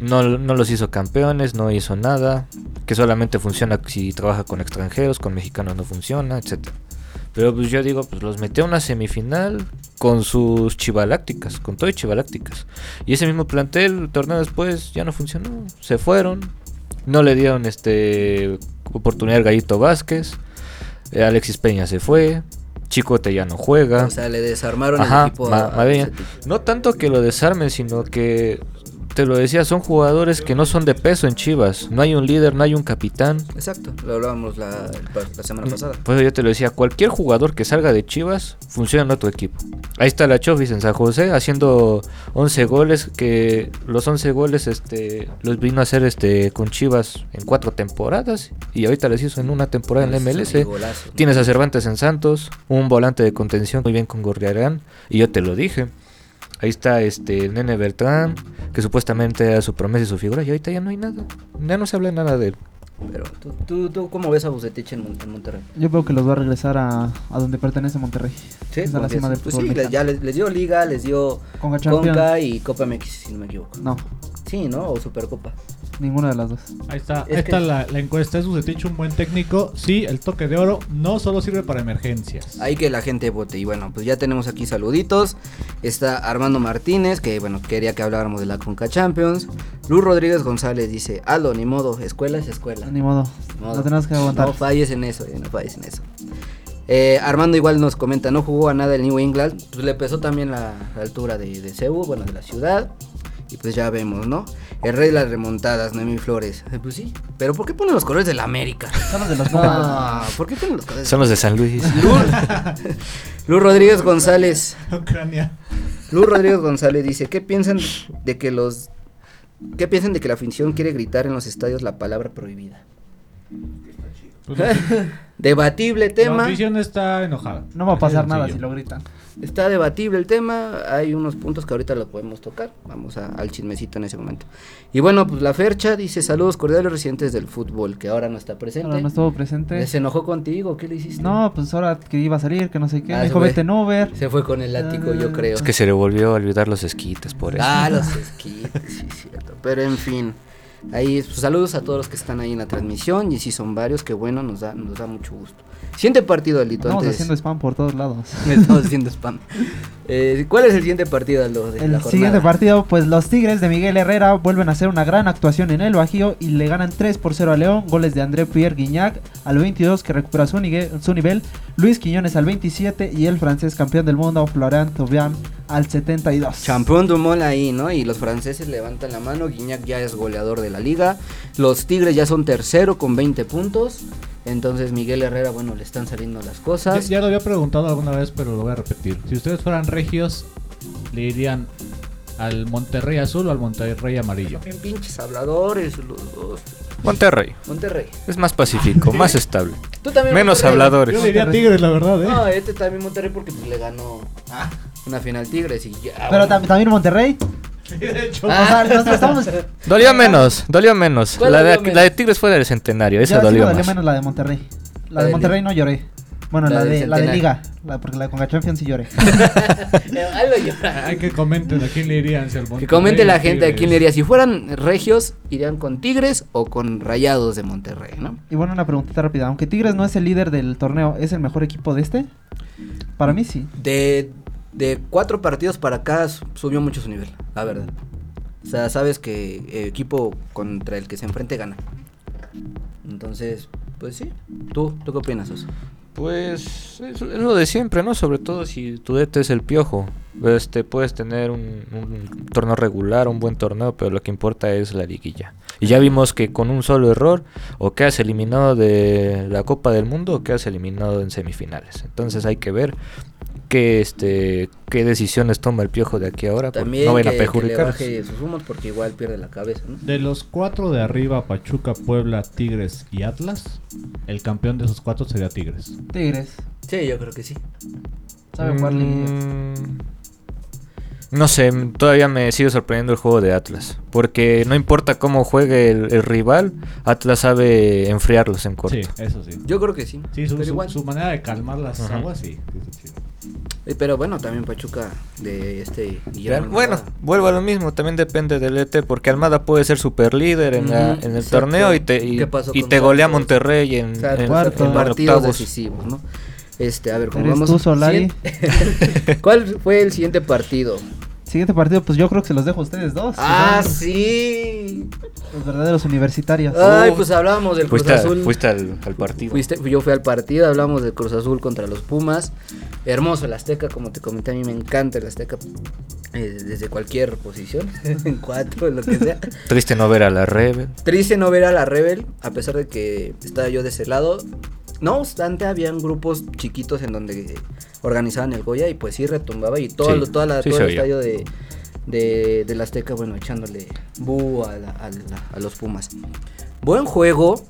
No, no los hizo campeones, no hizo nada. Que solamente funciona si trabaja con extranjeros, con mexicanos no funciona, etc. Pero pues yo digo, pues los metió a una semifinal con sus chivalácticas, con todo y chivalácticas. Y ese mismo plantel, torneo después, ya no funcionó. Se fueron. No le dieron este oportunidad al Gallito Vázquez. eh, Alexis Peña se fue. Chicote ya no juega. O sea, le desarmaron Ajá, el equipo a- ma- a madre mía. Bucetich. No tanto que lo desarmen, sino que te lo decía, son jugadores que no son de peso en Chivas. No hay un líder, no hay un capitán. Exacto, lo hablábamos la, la semana pasada. Pues yo te lo decía, cualquier jugador que salga de Chivas funciona en otro equipo. Ahí está la Chofis en San José haciendo 11 goles, que los 11 goles este, los vino a hacer este, con Chivas en cuatro temporadas y ahorita les hizo en una temporada Pues, en la MLS. Golazo, ¿no? Tienes a Cervantes en Santos, un volante de contención muy bien con Gorriarán, y yo te lo dije. Ahí está este el Nene Bertrán, que supuestamente era su promesa y su figura, y ahorita ya no hay nada. Ya no se habla nada de él. Pero tú, tú, tú ¿cómo ves a Bucetich en, Mon- en Monterrey? Yo creo que los va a regresar a, a donde pertenece Monterrey. Es a la Porque cima es- del pues fútbol sí, le- mexicano. ya les, les dio Liga, les dio Conca Champions. Conca y Copa MX, si no me equivoco. No, Sí, ¿no? O Supercopa. ninguna de las dos. Ahí está, Es ahí está que- la, la encuesta. ¿Es Bucetich un buen técnico? Sí, el toque de oro no solo sirve para emergencias. Ahí que la gente vote. Y bueno, pues ya tenemos aquí saluditos. Está Armando Martínez, que bueno, quería que habláramos de la Conca Champions. Luz Rodríguez González dice, Aldo, ni modo, escuela es escuela. Ni modo. Ni modo. Lo tenemos que aguantar. No falles en eso, eh, no falles en eso. Eh, Armando igual nos comenta, no jugó a nada el New England, pues le pesó también la, la altura de, de Cebu, bueno, de la ciudad. Y pues ya vemos, ¿no? El rey de las remontadas, Noemí Flores. Eh, pues sí, pero ¿por qué ponen los colores de la América? Son los de los Pumas. Ah, ¿Por qué ponen los colores? Son los de San Luis. Luz, Luz Rodríguez González. Ucrania. Luz Rodríguez González dice, ¿qué piensan de que los... ¿Qué piensan de que la afición quiere gritar en los estadios la palabra prohibida? Pues la- Debatible La tema. afición está enojada. No va a Así de pasar nada sencillo. si lo gritan. Está debatible el tema, hay unos puntos que ahorita lo podemos tocar, vamos a- al chismecito en ese momento. Y bueno, pues la Fercha dice saludos cordiales residentes del fútbol, que ahora no está presente. Ahora no estuvo presente. ¿Se enojó contigo? ¿Qué le hiciste? No, pues ahora que iba a salir, que no sé qué. Ah, me se dijo, fue. vete en Uber. Se fue con el látigo, yo creo. Es que se le volvió a olvidar los esquites por eso. Ah, los esquites, sí, cierto. Pero en fin, ahí pues, saludos a todos los que están ahí en la transmisión. Y si son varios, que bueno, nos da, nos da mucho gusto. Siguiente partido, Alito. Estamos antes- haciendo spam por todos lados. Estamos haciendo spam. Eh, ¿Cuál es el siguiente partido, Aldo? De la El jornada? siguiente partido, pues los Tigres de Miguel Herrera vuelven a hacer una gran actuación en el Bajío y le ganan 3 por 0 a León. Goles de André Pierre Guignac al 22 que recupera su, nigue- su nivel, Luis Quiñones al 27 y el francés campeón del mundo Florian Thauvin al 72. Champion du Monde ahí, ¿no? Y los franceses levantan la mano. Guiñac ya es goleador de la liga. Los Tigres ya son tercero con 20 puntos. Entonces, Miguel Herrera, bueno, le están saliendo las Ya, cosas. ya lo había preguntado alguna vez, pero lo voy a repetir. Si ustedes fueran regios, le irían al Monterrey azul o al Monterrey amarillo. Bien pinches habladores, los dos. Monterrey. Monterrey. Es más pacífico, más estable. Tú también, Menos Monterrey. habladores. Yo diría Tigres, la verdad, No, ¿eh? este también Monterrey porque pues, le ganó una final Tigres y ya. Pero Ah, bueno. tam- también Monterrey. O sea, nosotros estamos. Dolió menos, dolió menos. Ah. ¿Cuál La de, dolió menos? la de Tigres fue del centenario, yo esa sí me dolió dolió más. menos la de Monterrey. La, La de de Monterrey no lloré. Bueno, La la, del de, la de Liga, Centenario. la- porque la de Conca Champions sí lloré. Eh, algo yo. Hay que comenten a quién le irían. si al Que Monterrey comente o la al gente a quién le Tigres. iría. Si fueran regios, irían con Tigres o con Rayados de Monterrey, ¿no? Y bueno, una preguntita rápida. Aunque Tigres no es el líder del torneo, ¿es el mejor equipo de este? Para mí sí. De, de cuatro partidos para acá su- subió mucho su nivel, la verdad. O sea, sabes que eh, equipo contra el que se enfrente gana. Entonces, pues sí. ¿Tú, ¿tú qué opinas, Oso? Pues es, es lo de siempre, ¿no? Sobre todo si tu DT es el piojo. Este, puedes tener un, un torneo regular, un buen torneo, pero lo que importa es la liguilla. Y ya vimos que con un solo error, o quedas eliminado de la Copa del Mundo o quedas eliminado en semifinales. Entonces hay que ver qué, este, qué decisiones toma el piojo de aquí a ahora. porque También pues, no vayan que, a que le perjudicar. baje sus humos porque igual pierde la cabeza, ¿no? De los cuatro de arriba, Pachuca, Puebla, Tigres y Atlas, el campeón de esos cuatro sería Tigres. Tigres. Sí, yo creo que sí. Sabe jugar Mm. liguilla. Mm, No sé, m- todavía me sigue sorprendiendo el juego de Atlas. Porque no importa cómo juegue el, el rival, Atlas sabe enfriarlos en corto. Sí, eso sí. Yo creo que sí. Sí, su, pero su- igual. su manera de calmar las Ajá. aguas, sí. sí, está chido. Eh, Pero bueno, también Pachuca de este Ya, Guillermo Bueno, Almada. vuelvo a lo mismo, también depende del ET, porque Almada puede ser super líder en, la- Ujú, en el exacto. torneo y te, y, ¿Qué pasó y con te golea Santos? Monterrey en, Exacto, en- cuarto. en pues, en partidos octavos. decisivos, ¿no? Este, a ver, ¿cómo ¿Eres vamos? tú, Solari? Siguiente- ¿Cuál fue el siguiente partido? Siguiente partido, pues yo creo que se los dejo a ustedes dos. Ah, Son sí. Los verdaderos universitarios. Ay, pues hablábamos del Cruz Fuiste, a- Azul. fuiste al, al partido. Fuiste- yo fui al partido, hablamos del Cruz Azul contra los Pumas. Hermoso el Azteca, como te comenté, a mí me encanta el Azteca eh, desde cualquier posición, en cuatro, en lo que sea. Triste no ver a la Rebel. Triste no ver a la Rebel, a pesar de que estaba yo de ese lado. No obstante, habían grupos chiquitos en donde organizaban el Goya y pues sí retumbaba y todo, Sí, lo- toda la, sí todo se el oía. estadio de, de, del Azteca, bueno, echándole bu a, la- a la- a los Pumas. Buen juego,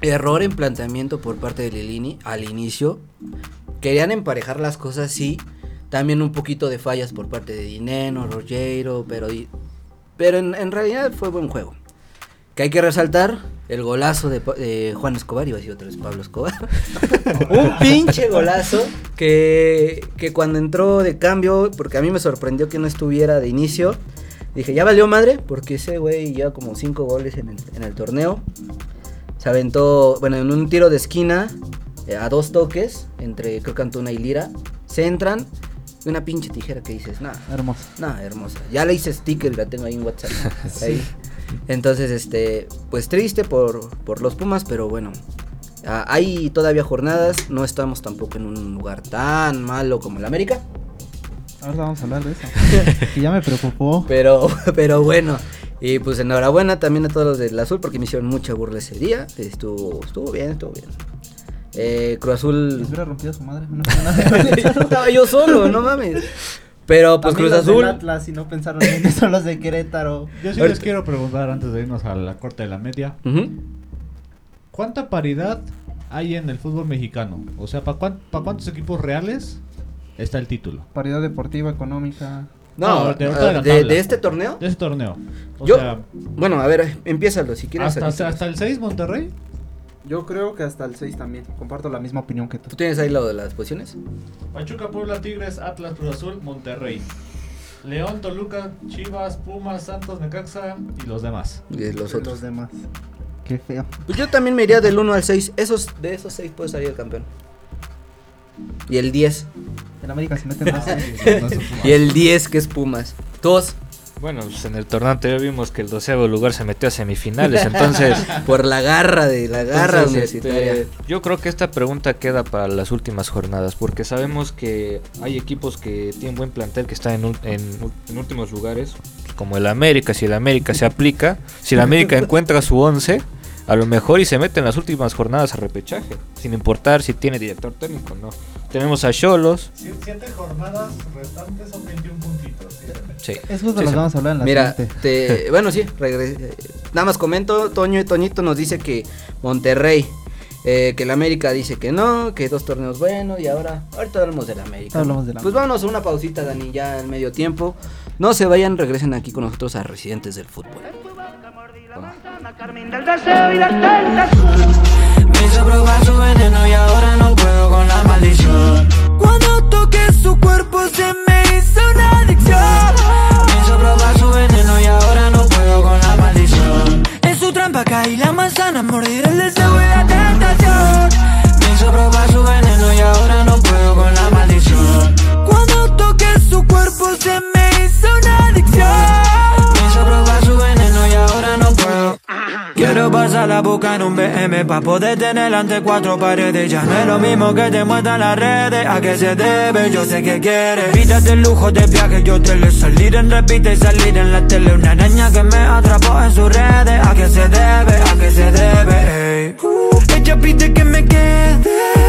error en planteamiento por parte de Lilini al inicio. Querían emparejar las cosas, sí. También un poquito de fallas por parte de Dineno, Rogero, pero, di- pero en, en realidad fue buen juego. Que hay que resaltar el golazo de, Pa- de Juan Escobar, iba a decir otra vez Pablo Escobar. un pinche golazo que, que cuando entró de cambio, porque a mí me sorprendió que no estuviera de inicio, dije, ya valió madre, porque ese güey lleva como cinco goles en el, en el torneo. Se aventó, bueno, en un tiro de esquina, eh, a dos toques, entre creo que Antuna y Lira, se entran, y una pinche tijera que dices, nada. Hermoso. No, hermosa. Ya la hice sticker, la tengo ahí en WhatsApp. Ahí. Entonces, este, pues triste por, por los Pumas, pero bueno. ah, hay todavía jornadas, no estamos tampoco en un lugar tan malo como el América. Ahorita vamos a hablar de eso. que ya me preocupó. Pero, pero bueno. Y pues enhorabuena también a todos los del Azul porque me hicieron mucha burla ese día. Estuvo, estuvo bien, estuvo bien. Eh, Cruz Azul. Les hubiera rompido su madre. No fue nada. Estaba yo solo, no mames. Pero pues También Cruz los del Azul. Atlas y no pensaron en eso los de Querétaro. Yo sí les Ahorita- quiero preguntar antes de irnos a la corte de la media. Ujú. ¿Cuánta paridad hay en el fútbol mexicano? O sea, ¿para cuántos equipos reales está el título Paridad deportiva, económica. No, No, de eh, ahorita de la de, tabla. de este torneo. de ese torneo? O Yo- sea, Bueno, a ver, empiézalo si quieres. hasta, aquí hasta, Ah, está. hasta el 6 Monterrey. Yo creo que hasta el 6 también. Comparto la misma opinión que tú. ¿Tú tienes ahí lo de las posiciones? Pachuca, Puebla, Tigres, Atlas, Cruz Azul, Monterrey. León, Toluca, Chivas, Pumas, Santos, Necaxa y los demás. Y los otros. demás. Qué feo. Pues yo también me iría del 1 al 6. Esos, de esos 6 puede salir el campeón. Y el 10. En América se meten Ah, más. Y el 10 que es Pumas. Todos Bueno, pues en el torneo anterior vimos que el doceavo lugar se metió a semifinales, entonces... por la garra de la garra Entonces, universitaria. este, yo creo que esta pregunta queda para las últimas jornadas, porque sabemos que hay equipos que tienen buen plantel que están en, ul- en ul- en últimos lugares, como el América. Si el América se aplica, si el América encuentra su 11, a lo mejor y se mete en las últimas jornadas a repechaje, sin importar si tiene director técnico o no. Tenemos a Cholos. Siete jornadas restantes son 21 puntitos. Sí. Es justo Sí, los sí. vamos a hablar en la Mira, siguiente. te- bueno, sí, regre- eh, nada más comento, Toño y Toñito nos dice que Monterrey, eh, que el América dice que no, que dos torneos buenos y ahora, ahorita hablamos del América. Hablamos del Pues América. vámonos a una pausita, Dani, ya en medio tiempo. No se vayan, regresen aquí con nosotros a Residentes del Fútbol. La Carmen del deseo y las tentas. Me hizo probar su veneno y ahora no puedo con la maldición. Cuando toqué su cuerpo se me hizo una adicción. Me hizo probar su veneno y ahora no puedo con la maldición. En su trampa caí la manzana, mordir el deseo y la tentación. Me hizo probar su veneno y ahora no puedo con la maldición. Cuando toqué su cuerpo se me hizo una adicción. Me buscar un BM pa' poder tener ante cuatro paredes. Ya no es lo mismo que te muestran las redes. ¿A qué se debe? Yo sé que quieres. Vidas de lujo, de viaje, yo te le salir en repite y salir en la tele. Una araña que me atrapó en sus redes. ¿A qué se debe? ¿A qué se debe? Ey. Ella pide que me quede.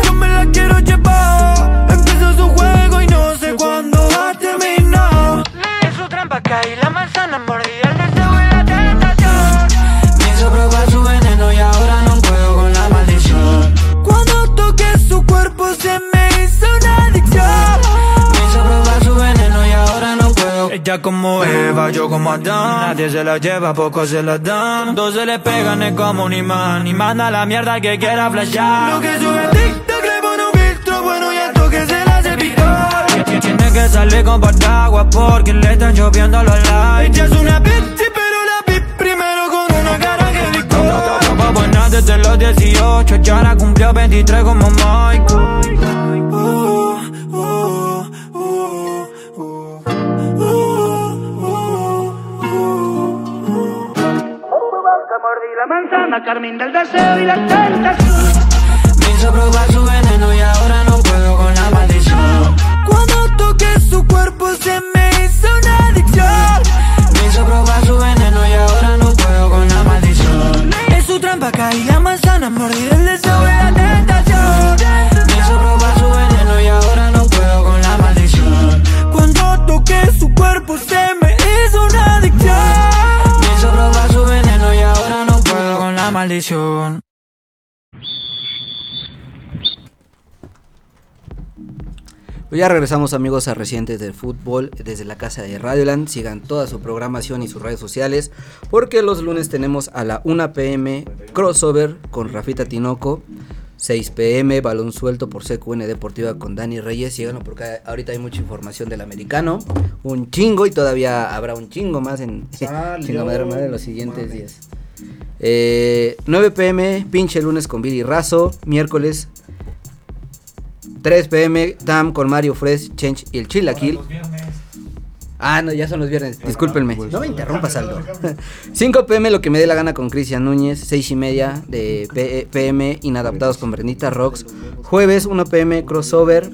Yo me la quiero llevar. Empiezo su juego y no sé cuándo va a terminar. En su trampa caí la manzana mordida el deseo y la tentación. Pienso probar su veneno y ahora no puedo con la maldición. Cuando toqué su cuerpo se me hizo una adicción. Pienso probar su veneno y ahora no puedo. Ella como Eva, yo como Adán. Nadie se la lleva, poco se la dan. Dos se le pegan, es como un imán. Y manda la mierda al que quiera flashear. Lo que sube a TikTok le pone un filtro bueno y al toque se la hace picar. Tiene que salir con agua porque le están lloviendo los likes. Ella es una bitch, pero la vi primero con una cara que Estaba buena desde los 18, ya la cumplió 23 como Michael. Oh, oh, oh, oh, oh. Oh, oh, oh. Nunca mordí la manzana, Carmen del deseo y la tentación. Me hizo probar su veneno y ahora no puedo con la maldición. Cuando toqué su cuerpo se me hizo una adicción. Me hizo probar su veneno y ahora no puedo con la maldición. En su trampa caí la manzana, mordí el deseo y la tentación. Me hizo probar su veneno y ahora no puedo con la maldición. Cuando toqué su cuerpo se me hizo una adicción. Me hizo probar su veneno y ahora no puedo con la maldición. Pues ya regresamos amigos a Recientes del Fútbol desde la casa de Radioland. Sigan toda su programación y sus redes sociales porque los lunes tenemos a la 1 pm crossover con Rafita Tinoco. 6 pm, balón suelto por CQN Deportiva con Dani Reyes. Síganlo porque hay- ahorita hay mucha información del americano. Un chingo y todavía habrá un chingo más en Salió. chingo madre, madre, los siguientes días. Eh, 9 pm, pinche lunes con Billy Razo. Miércoles 3 pm, Tam con Mario Fresh, Change y el Chilaquil. Ah, no, ya son los viernes, discúlpenme. No me interrumpas, Aldo. 5 pm, lo que me dé la gana con Cristian Núñez. 6 y media de P- pm, Inadaptados con Bernita Rocks. Jueves, 1 pm, Crossover.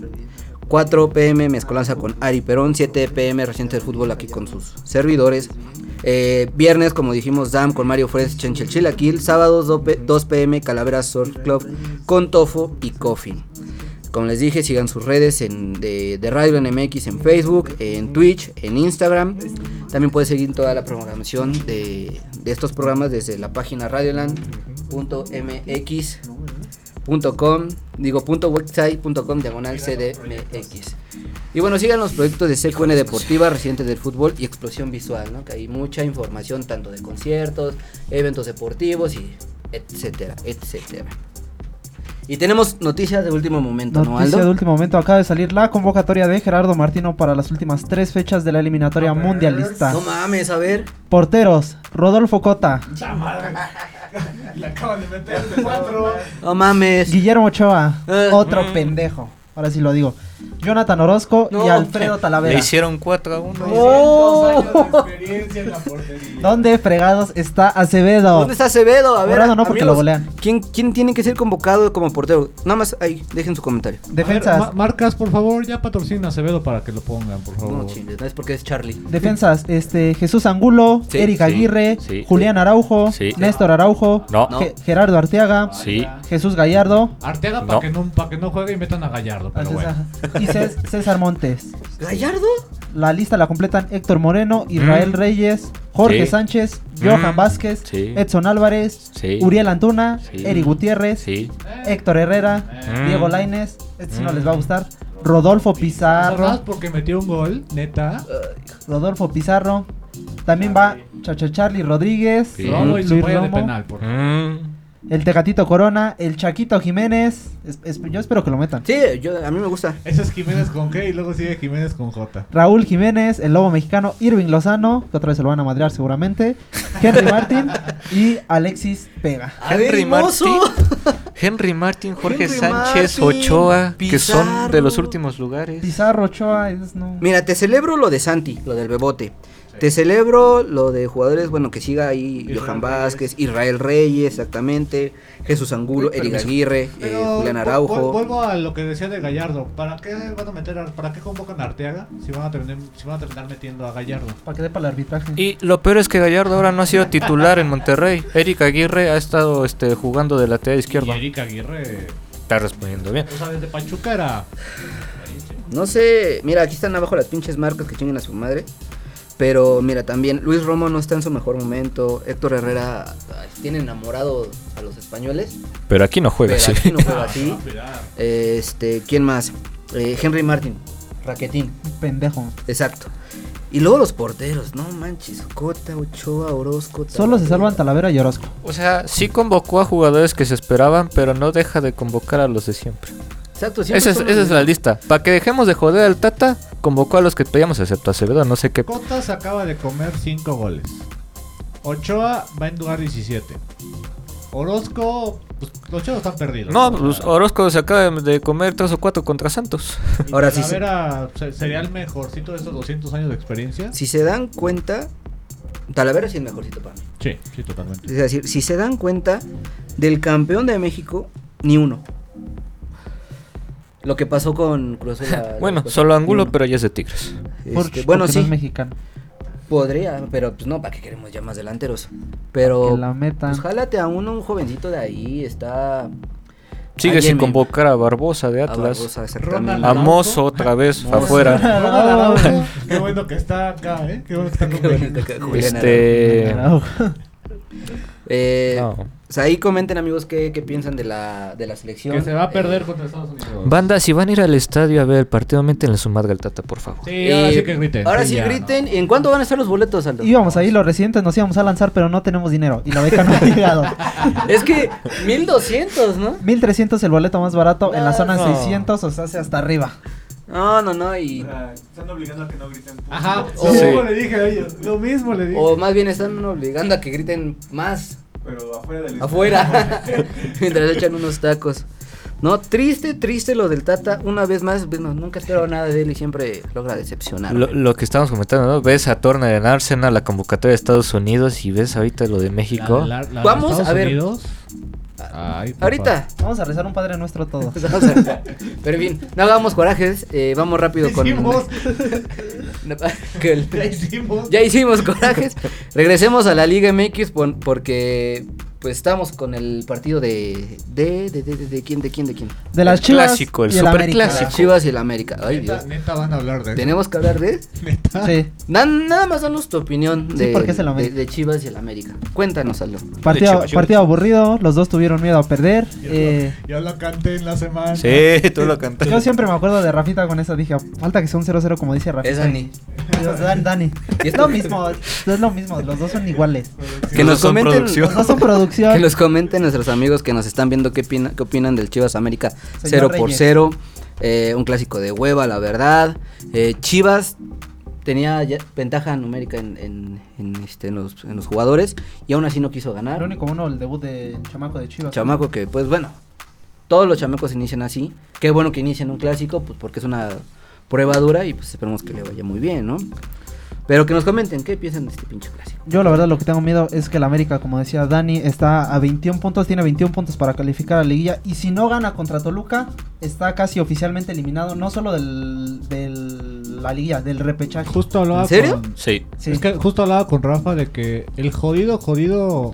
4 pm, Mezcolanza con Ari Perón. 7 pm, Reciente del Fútbol aquí con sus servidores. Eh, viernes, como dijimos, Dam con Mario Fres, Chenchel Chilaquil. Sábados, 2 p- 2 pm, Calavera Surf Club con Tofo y Coffin. Como les dije, sigan sus redes en, de, de Radio NMX en Facebook, en Twitch, en Instagram. También puedes seguir toda la programación de, de estos programas desde la página radioland.mx.com, digo punto website.com diagonal CDMX. Y bueno, sigan los proyectos de CQN Deportiva, Recientes del Fútbol y Explosión Visual, ¿no? que hay mucha información tanto de conciertos, eventos deportivos y etcétera, etcétera. Y tenemos noticias de último momento, ¿no, Noticia Aldo? de último momento, acaba de salir la convocatoria de Gerardo Martino para las últimas tres fechas de la eliminatoria mundialista. No mames, a ver. Porteros, Rodolfo Cota, No mames. Guillermo Ochoa, Eh, otro pendejo, ahora sí lo digo. Jonathan Orozco y No, Alfredo Le Talavera. hicieron 4 a 1. ¡Oh! ¿Dónde fregados está Acevedo? ¿Dónde está Acevedo? A ver. Morado no, porque lo golean. ¿quién, ¿Quién tiene que ser convocado como portero? Nada más ahí, dejen su comentario. Defensas, A ver, ma- marcas, por favor, ya patrocina a Acevedo para que lo pongan, por favor. No chingues, no es porque es Charlie. defensas, este Jesús Angulo, Sí, Eric sí, Aguirre, sí. Julián Araujo, Sí. Néstor Araujo, No. Ge- Gerardo Arteaga, Sí. Jesús Gallardo, Arteaga No. para que, no, pa' que no juegue y metan a Gallardo, pero bueno. y Cés- César Montes. ¿Gallardo? La lista la completan Héctor Moreno, Israel Mm. Reyes, Jorge Sí. Sánchez, Johan Mm. Vázquez, Sí. Edson Álvarez, Sí. Uriel Antuna, Sí. Eric Gutiérrez, Sí. Héctor Herrera, Mm. Diego Laines, este sí no Mm. les va a gustar, Rodolfo Además, Pizarro, porque metió un gol, neta. Rodolfo Pizarro, también va Chacho Charlie Rodríguez, Sí. Romo y su Luis falla de Romo, penal, por favor. Mm. el Tecatito Corona, el Chaquito Jiménez, es- es- yo espero que lo metan. Sí, yo, a mí me gusta. Ese es Jiménez con G y luego sigue Jiménez con J. Eh, Raúl Jiménez, el lobo mexicano, Irving Lozano, que otra vez se lo van a madrear seguramente, Henry Martin y Alexis Pega. Henry Mozo. Martin. Henry Martin, Jorge Henry Sánchez, Martin, Ochoa, que son de los Pizarro. últimos lugares. Pizarro Ochoa es no. Mira, te celebro lo de Santi, lo del bebote. Te celebro lo de jugadores, bueno, que siga ahí Israel Johan Reyes. Vázquez, Israel Reyes, exactamente, Jesús Angulo, Uy, Eric permiso. Aguirre, eh, Pero Julián vu- vu- Araujo. Vuelvo a lo que decía de Gallardo. ¿Para qué van a meter, a- para qué convocan a Arteaga si van a terminar, si van a terminar metiendo a Gallardo? Para que dé para el arbitraje. Y lo peor es que Gallardo ahora no ha sido titular en Monterrey. Eric Aguirre ha estado este, jugando de lateral Y izquierdo. Eric Aguirre, Está respondiendo bien. o sea, desde Pachuca era. No sé, mira, aquí están abajo las pinches marcas que chinguen a su madre. Pero mira, también Luis Romo no está en su mejor momento. Héctor Herrera ay, tiene enamorado a los españoles. Pero aquí no juega, pero sí. aquí no juega Ah, así. mira, Este, ¿quién más? Eh, Henry Martin, Raquetín. Un pendejo. Exacto. Y luego los porteros, no manches, Cota, Ochoa, Orozco. Solo se Talavera. salvan Talavera y Orozco. O sea, sí convocó a jugadores que se esperaban, pero no deja de convocar a los de siempre. Exacto, siempre Esa es, son esa los es la lista. Para que dejemos de joder al Tata, convocó a los que pedíamos, excepto a Acevedo. No sé qué. Cotas acaba de comer 5 goles. Ochoa va en lugar 17. Orozco, pues, los chavos están perdidos. No, pues Orozco se acaba de- de comer tres o cuatro contra Santos. mismos. Ahora sí. se- Talavera se- sería el mejorcito de estos 200 años de experiencia. Si se dan cuenta, Talavera sí es el mejorcito para mí. Sí, sí, totalmente. Es decir, si se dan cuenta, del campeón de México, ni uno. Lo que pasó con Cruz Azul. la- la Bueno, cosa, solo ni Angulo, uno. pero ya es de Tigres. Este, Porque- bueno, porque sí, No es mexicano. podría, pero pues no, ¿para qué queremos ya más delanteros? Pero. Que la metan. Pues jálate a uno, un jovencito de ahí, está. Sigue Alguien sin me- convocar a Barbosa de a Atlas. Barbosa, exactamente. Ronald A Mozo otra vez afuera. Ronald Araujo, Qué bueno que está acá, ¿eh? Qué bueno que está con Ah, Qué bueno Benito. que acá, Julián Araujo. Este. Eh, no. o sea, ahí comenten, amigos, qué, qué piensan de la, de la selección. Que se va a perder Eh, contra Estados Unidos. Banda, si van a ir al estadio a ver el partido, métenle su madre al Tata, por favor. Sí, ahora eh, sí que griten. Ahora sí ya, griten. ¿En cuánto van a estar los boletos, Aldo? Íbamos a ir los recientes, nos íbamos a lanzar, pero no tenemos dinero. Y la beca no ha llegado. Es que 1200, ¿no? 1300 el boleto más barato, en la zona No. 600, o sea, hace hasta arriba. No, no, no. Y, sea, están obligando a que no griten. ¿no? Ajá, Oh, Sí. Oh, lo mismo le dije a ellos. Lo mismo le dije. o más bien están obligando a que griten más Pero afuera del afuera mientras echan unos tacos. No, triste, triste lo del Tata. Una vez más, bueno, nunca espero nada de él y siempre logra decepcionar. Lo, lo que estamos comentando, ¿no? Ves a Turner en Arsenal, la convocatoria de Estados Unidos y ves ahorita lo de México. La- la- la de Vamos Estados a ver. Unidos. Ay, papá. Ahorita. Vamos a rezar un Padre Nuestro todo. Vamos a- Pero en fin, no hagamos corajes, eh, vamos rápido con... Hicimos, que el- ya hicimos. Ya hicimos corajes. Regresemos a la Liga MX pon- porque pues estamos con el partido de de de de, de- de quién de quién de quién. De las El chivas. clásico, el y América. superclásico. Las Chivas y el América. Ay, Neta, Dios. neta van a hablar de eso. Tenemos que hablar de Sí, Na- nada más danos tu opinión Sí, de, porque es el de- América. de Chivas y el América. Cuéntanos algo. partido, Chivas, Chivas. partido aburrido, los dos tuvieron miedo a perder. eh, Yo lo canté en la semana. Sí, tú lo cantaste. yo siempre me acuerdo de Rafita con eso, dije, falta que sea un 0-0 como dice Rafita. Es Dani. Dios, Dan- Dani. Y Es esto- lo mismo, es lo mismo, los dos son iguales. Que nos comenten Los dos son producción. que nos comenten nuestros amigos que nos están viendo qué, opina- qué opinan del Chivas América 0 por Reyes. 0. eh, un clásico de hueva, la verdad. Eh, Chivas tenía ya ventaja numérica en, en- en, este, en los, en los jugadores y aún así no quiso El ganar. único uno, el debut del chamaco de Chivas. Chamaco que, pues bueno, todos los chamacos inician así. Qué bueno que inician un clásico, pues porque es una prueba dura y pues esperemos que le vaya muy bien, ¿no? Pero que nos comenten qué piensan de este pinche clásico. Yo la verdad lo que tengo miedo es que el América, como decía Dani, está a 21 puntos, tiene 21 puntos para calificar a la liguilla y si no gana contra Toluca, está casi oficialmente eliminado, no solo del, del- la liguilla, del repechaje. Justo hablaba ¿En serio? con- Sí. Sí. Es que justo hablaba con Rafa de que el jodido, jodido,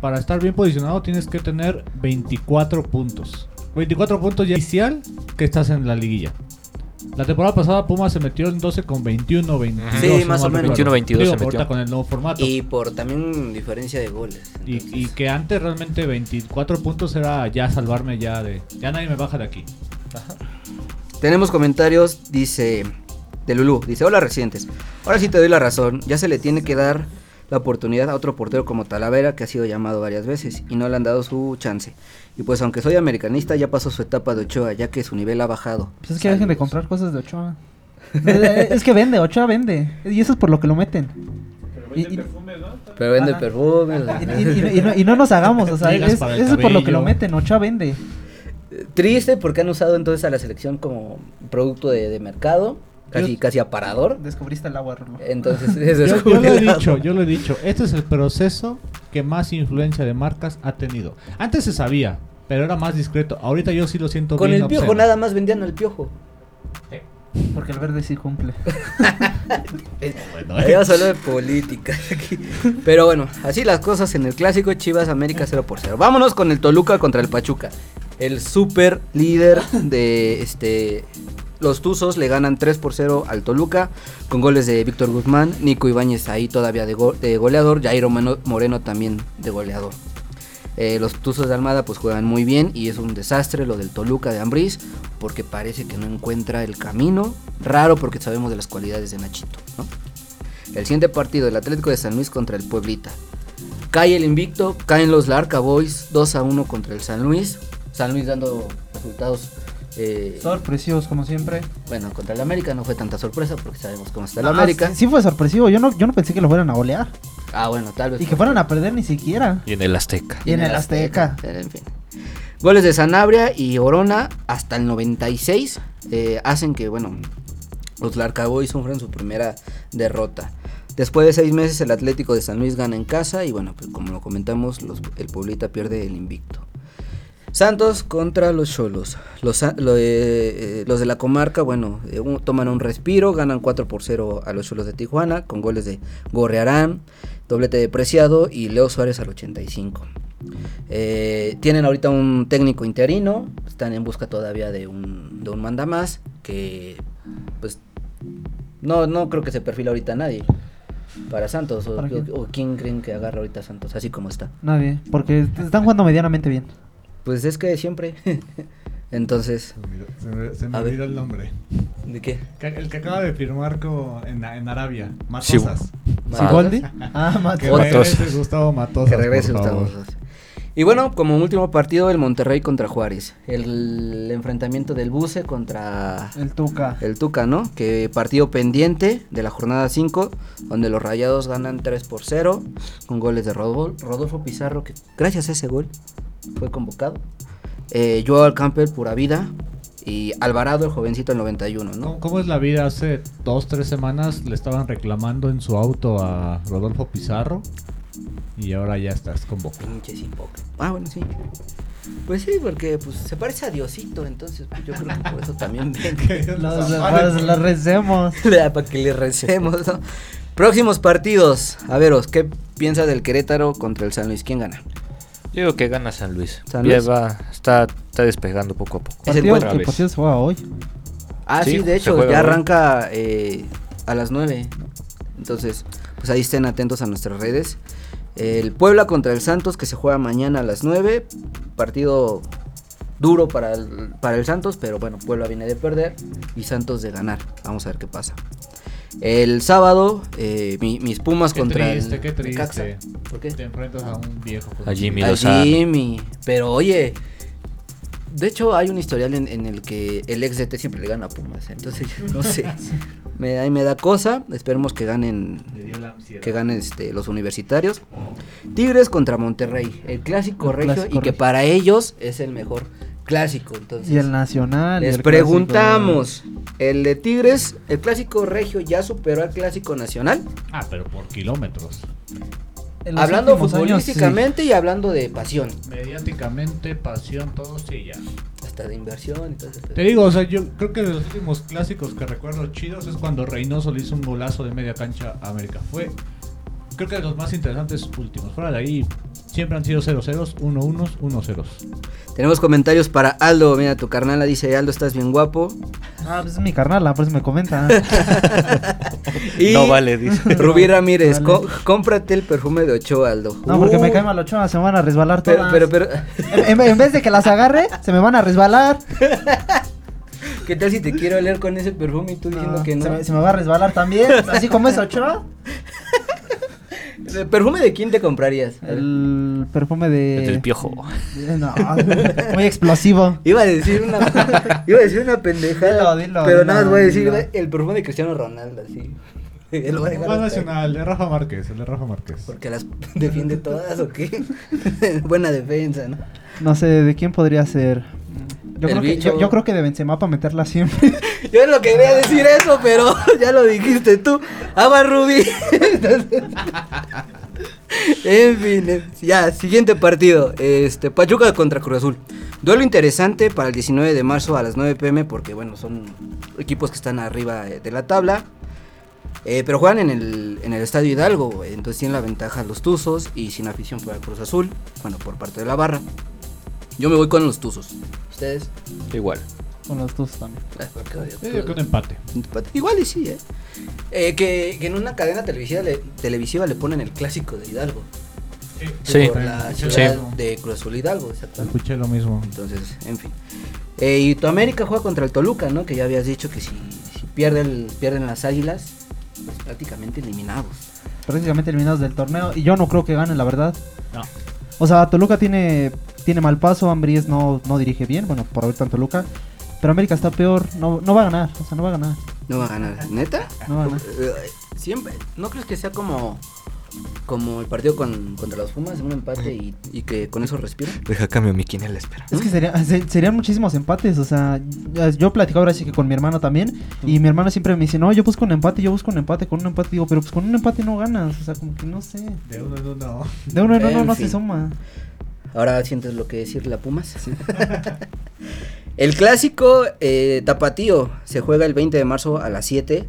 para estar bien posicionado tienes que tener 24 puntos. 24 puntos ya inicial que estás en la liguilla. La temporada pasada Puma se metió en 12 con 21, 22. si Sí, no más mal o menos. recuerdo. 21-22 Digo, se metió. ahorita con el nuevo formato. Y por también diferencia de goles. Y, y entonces. que antes realmente 24 puntos era ya salvarme ya de... Ya nadie me baja de aquí. Tenemos comentarios, dice de Lulú, dice, hola residentes, ahora sí te doy la razón, ya se le tiene que dar la oportunidad a otro portero como Talavera que ha sido llamado varias veces y no le han dado su chance. Y pues aunque soy americanista ya pasó su etapa de Ochoa ya que su nivel ha bajado. Pues es que dejen de comprar cosas de Ochoa. Eh, es que vende, Ochoa vende. Y eso es por lo que lo meten. Pero Y- y- venden perfumes, ¿no? Pero vende Ajá. perfume. Y, y- y- y no, y no nos hagamos, o sea, Ligas es- para el eso es por lo que cabello. lo meten, Ochoa vende. Triste porque han usado entonces a la selección como producto de, de mercado casi, casi aparador. Descubriste el agua, Rulo. Entonces, eso es Yo, como yo lo he el agua. dicho, yo lo he dicho. Este es el proceso que más influencia de marcas ha tenido. Antes se sabía, pero era más discreto. Ahorita yo sí lo siento Con bien el piojo, obsceno. nada más vendían al piojo. Porque el verde sí cumple. Bueno, eh. Ya solo de política. aquí. Pero bueno, así las cosas en el clásico Chivas América 0 por 0. Vámonos con el Toluca contra el Pachuca. El super líder de este. Los Tuzos le ganan 3 por 0 al Toluca con goles de Víctor Guzmán, Nico Ibáñez ahí todavía de, go- de goleador, Jairo Mano- Moreno también de goleador. Eh, los Tuzos de Almada pues juegan muy bien y es un desastre lo del Toluca de Ambriz porque parece que no encuentra el camino. Raro porque sabemos de las cualidades de Nachito, ¿no? El siguiente partido, el Atlético de San Luis contra el Pueblita. Cae el invicto, caen los Larca Boys 2 a 1 contra el San Luis. San Luis dando resultados. eh, Sorpresivos, como siempre. bueno, contra el América no fue tanta sorpresa porque sabemos cómo está el No, América. Ah, sí- Sí fue sorpresivo. Yo no, yo no pensé que lo fueran a golear. Ah, bueno, tal vez. Y que fueran a perder ni siquiera. Y en el Azteca. Y en el Azteca. Pero, en fin. Goles de Sanabria y Orona hasta el 96 eh, hacen que, bueno, los Larcaboy sufren su primera derrota. Después de seis meses el Atlético de San Luis gana en casa y bueno, pues como lo comentamos, los- el Pueblita pierde el invicto. Santos contra los Cholos. Los, sa- lo- eh, eh, los de la comarca, bueno, eh, un- toman un respiro, ganan 4 por 0 a los Cholos de Tijuana con goles de Gorrearán, doblete de Preciado y Leo Suárez al 85. Eh, tienen ahorita un técnico interino, están en busca todavía de un, de un manda más, que pues no, no creo que se perfila ahorita nadie para Santos, o, ¿Para quién? o- o quién creen que agarra ahorita Santos, así como está. Nadie. Porque están jugando medianamente bien. Pues es que siempre, entonces, Se me olvidó- Se me, se me A ver. olvidó el nombre. ¿de qué? Ca- El que acaba de firmar co- en, en Arabia. Sí. Matosas. Ah, Sigoldi. Ah, Que Mateo. Otro. regrese Gustavo Matosas. Que regrese por Gustavo favor. Rosas. Y bueno, como último partido, el Monterrey contra Juárez. El enfrentamiento del Buce contra El Tuca. el Tuca, ¿no? Que partido pendiente de la jornada 5, donde los Rayados ganan 3 por 0, con goles de Rodol- Rodolfo Pizarro, que gracias a ese gol fue convocado. Eh, Joao Campbell, pura vida. Y Alvarado, el jovencito, el 91, ¿no? ¿Cómo, cómo es la vida? Hace dos, tres semanas le estaban reclamando en su auto a Rodolfo Pizarro y ahora ya estás convocado. Pinches hipócritas. Ah, bueno, sí. Pues sí, porque pues, se parece a Diosito, entonces pues, yo creo que por eso también ven. Los, los- los recemos. Para que le recemos, ¿no? Próximos partidos. A veros, ¿qué piensa del Querétaro contra el San Luis? ¿Quién gana? Yo digo que gana San Luis. San Ya Luis. va, está, está despegando poco a poco. Es el Partido- otra el partido se juega hoy. Ah, sí, Sí, de se hecho, juega ya hoy. arranca eh, a las 9. Entonces, pues ahí estén atentos a nuestras redes. El Puebla contra el Santos, que se juega mañana a las 9. Partido duro para el, para el Santos, pero bueno, Puebla viene de perder y Santos de ganar. Vamos a ver qué pasa. El sábado, eh, mi- mis Pumas Qué contra el triste, qué Necaxa. triste. ¿Por qué? Te enfrentas a un viejo. A Jimmy A Lozano. Jimmy. Pero oye, de hecho hay un historial en, en el que el ex DT siempre le gana a Pumas. ¿eh? Entonces, yo no sé. Me, ahí me da cosa. Esperemos que ganen. Que ganen este, los universitarios. Tigres contra Monterrey. El clásico El regio. clásico y que regio. para ellos es el mejor clásico. Entonces, Y el Nacional. y les el clásico. preguntamos. El de Tigres, el clásico regio ya superó al clásico nacional. Ah, pero por kilómetros. En los Hablando últimos años, sí. futbolísticamente y hablando de pasión. Mediáticamente, pasión, todo sí ya. Hasta de inversión. Entonces, Te digo, o sea, yo creo que de los últimos clásicos que recuerdo chidos es cuando Reynoso le hizo un golazo de media cancha a América. Fue, creo que de los más interesantes últimos. Fuera de ahí, siempre han sido 0-0, 1-1, 1-0. Tenemos comentarios para Aldo. Mira, tu carnala dice: Aldo, estás bien guapo. Ah, pues es mi carnala, por eso me comenta. Y No vale, dice. Rubí Ramírez, Vale. co- cómprate el perfume de Ochoa, Aldo. No, porque me Uh, cae mal ocho, se me van a resbalar Pero, todas. pero, pero, En, en- en vez de que las agarre, se me van a resbalar. ¿qué tal si te quiero oler con ese perfume y tú diciendo No, que no? Se, me, se me va a resbalar también. Así como es ocho. ¿El perfume de quién te comprarías? El perfume de. El del piojo. Eh, No, muy explosivo. Iba a decir una, iba a decir una Dilo, pendejada. dilo, pero dilo, nada más voy a decir dilo. el perfume de Cristiano Ronaldo, así. Lo voy a dejar Más hasta ahí. nacional, de Rafa Márquez, el de Rafa Márquez. Porque las defiende todas o qué. Buena defensa, ¿no? No sé de quién podría ser. Yo, El creo que, bicho. yo- yo creo que de Benzema para meterla siempre. Yo no quería decir eso, pero ya lo dijiste tú. Ama Ruby. Entonces- en fin, eh, ya, siguiente partido. Este, Pachuca contra Cruz Azul. Duelo interesante para el 19 de marzo a las 9 pm porque, bueno, son equipos que están arriba eh, de la tabla. Eh, pero juegan en el, en el Estadio Hidalgo, güey, entonces tienen la ventaja los Tuzos y sin afición para Cruz Azul, bueno, por parte de la barra. Yo me voy con los Tuzos. ¿Ustedes? Igual. Con los dos también. Ah, porque odio Eh, Yo digo que Cruz- un empate. Igual y sí, ¿eh? Eh, que, que en una cadena televisiva le, televisiva le ponen el clásico de Hidalgo. Sí. Por la Sí. ciudad de Cruz Azul Hidalgo, exactamente. Escuché lo mismo. Entonces, en fin. Eh, y tu América juega contra el Toluca, ¿no? Que ya habías dicho que si, si pierde el- pierden las águilas, pues prácticamente eliminados. Prácticamente eliminados del torneo. Y yo no creo que ganen, la verdad. No. O sea, Toluca tiene, tiene mal paso. Ambríes no, no dirige bien. Bueno, por ahorita en Toluca. Pero América está peor. No, no va a ganar. O sea, no va a ganar. No va a ganar. ¿Neta? No va a ganar. Eh, Siempre. ¿No crees que sea como, como el partido con, contra los Pumas, un empate y, y que con eso respiran? Deja cambio mi quinela, espera. Es que sería- se- serían muchísimos empates, o sea, ya- yo platicaba ahora sí que con mi hermano también, y mi hermano siempre me dice, no, yo busco un empate, yo busco un empate, con un empate, digo, pero pues con un empate no ganas, o sea, como que no sé. De uno en uno. De uno en uno En no fin. se suma. Ahora sientes lo que decir la Pumas. el clásico eh, Tapatío se juega el 20 de marzo a las 7.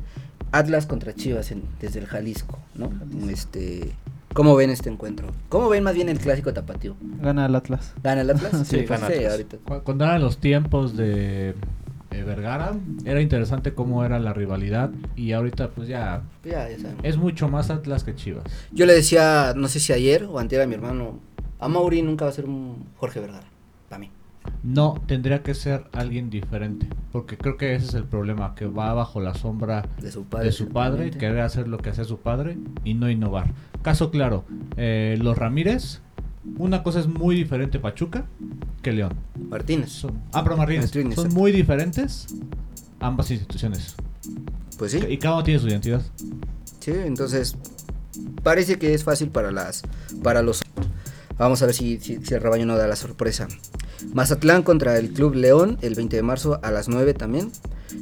Atlas contra Chivas en- desde el Jalisco, ¿no? Este, ¿Cómo ven este encuentro? ¿Cómo ven más bien el clásico Tapatío? Gana el Atlas. ¿Gana el Atlas? Sí, gana sí, Atlas. ahorita. Cu- Cuando eran los tiempos de eh, Vergara, era interesante cómo era la rivalidad. Y ahorita, pues ya Ya, ya sabemos. es mucho más Atlas que Chivas. Yo le decía, no sé si ayer o antier a mi hermano, a Mauri nunca va a ser un Jorge Vergara, para mí. No, tendría que ser alguien diferente. Porque creo que ese es el problema, que va bajo la sombra De su padre. de su padre, seguramente. querer hacer lo que hacía su padre y no innovar. Caso claro, eh, los Ramírez, una cosa es muy diferente Pachuca que León. Martínez. Son, ah, pero Martínez, Martínez, son exacto. muy diferentes ambas instituciones. Pues sí. Y cada uno tiene su identidad. Sí, entonces parece que es fácil para las para los Vamos a ver si, si, si el rebaño no da la sorpresa. Mazatlán contra el Club León el 20 de marzo a las 9 también.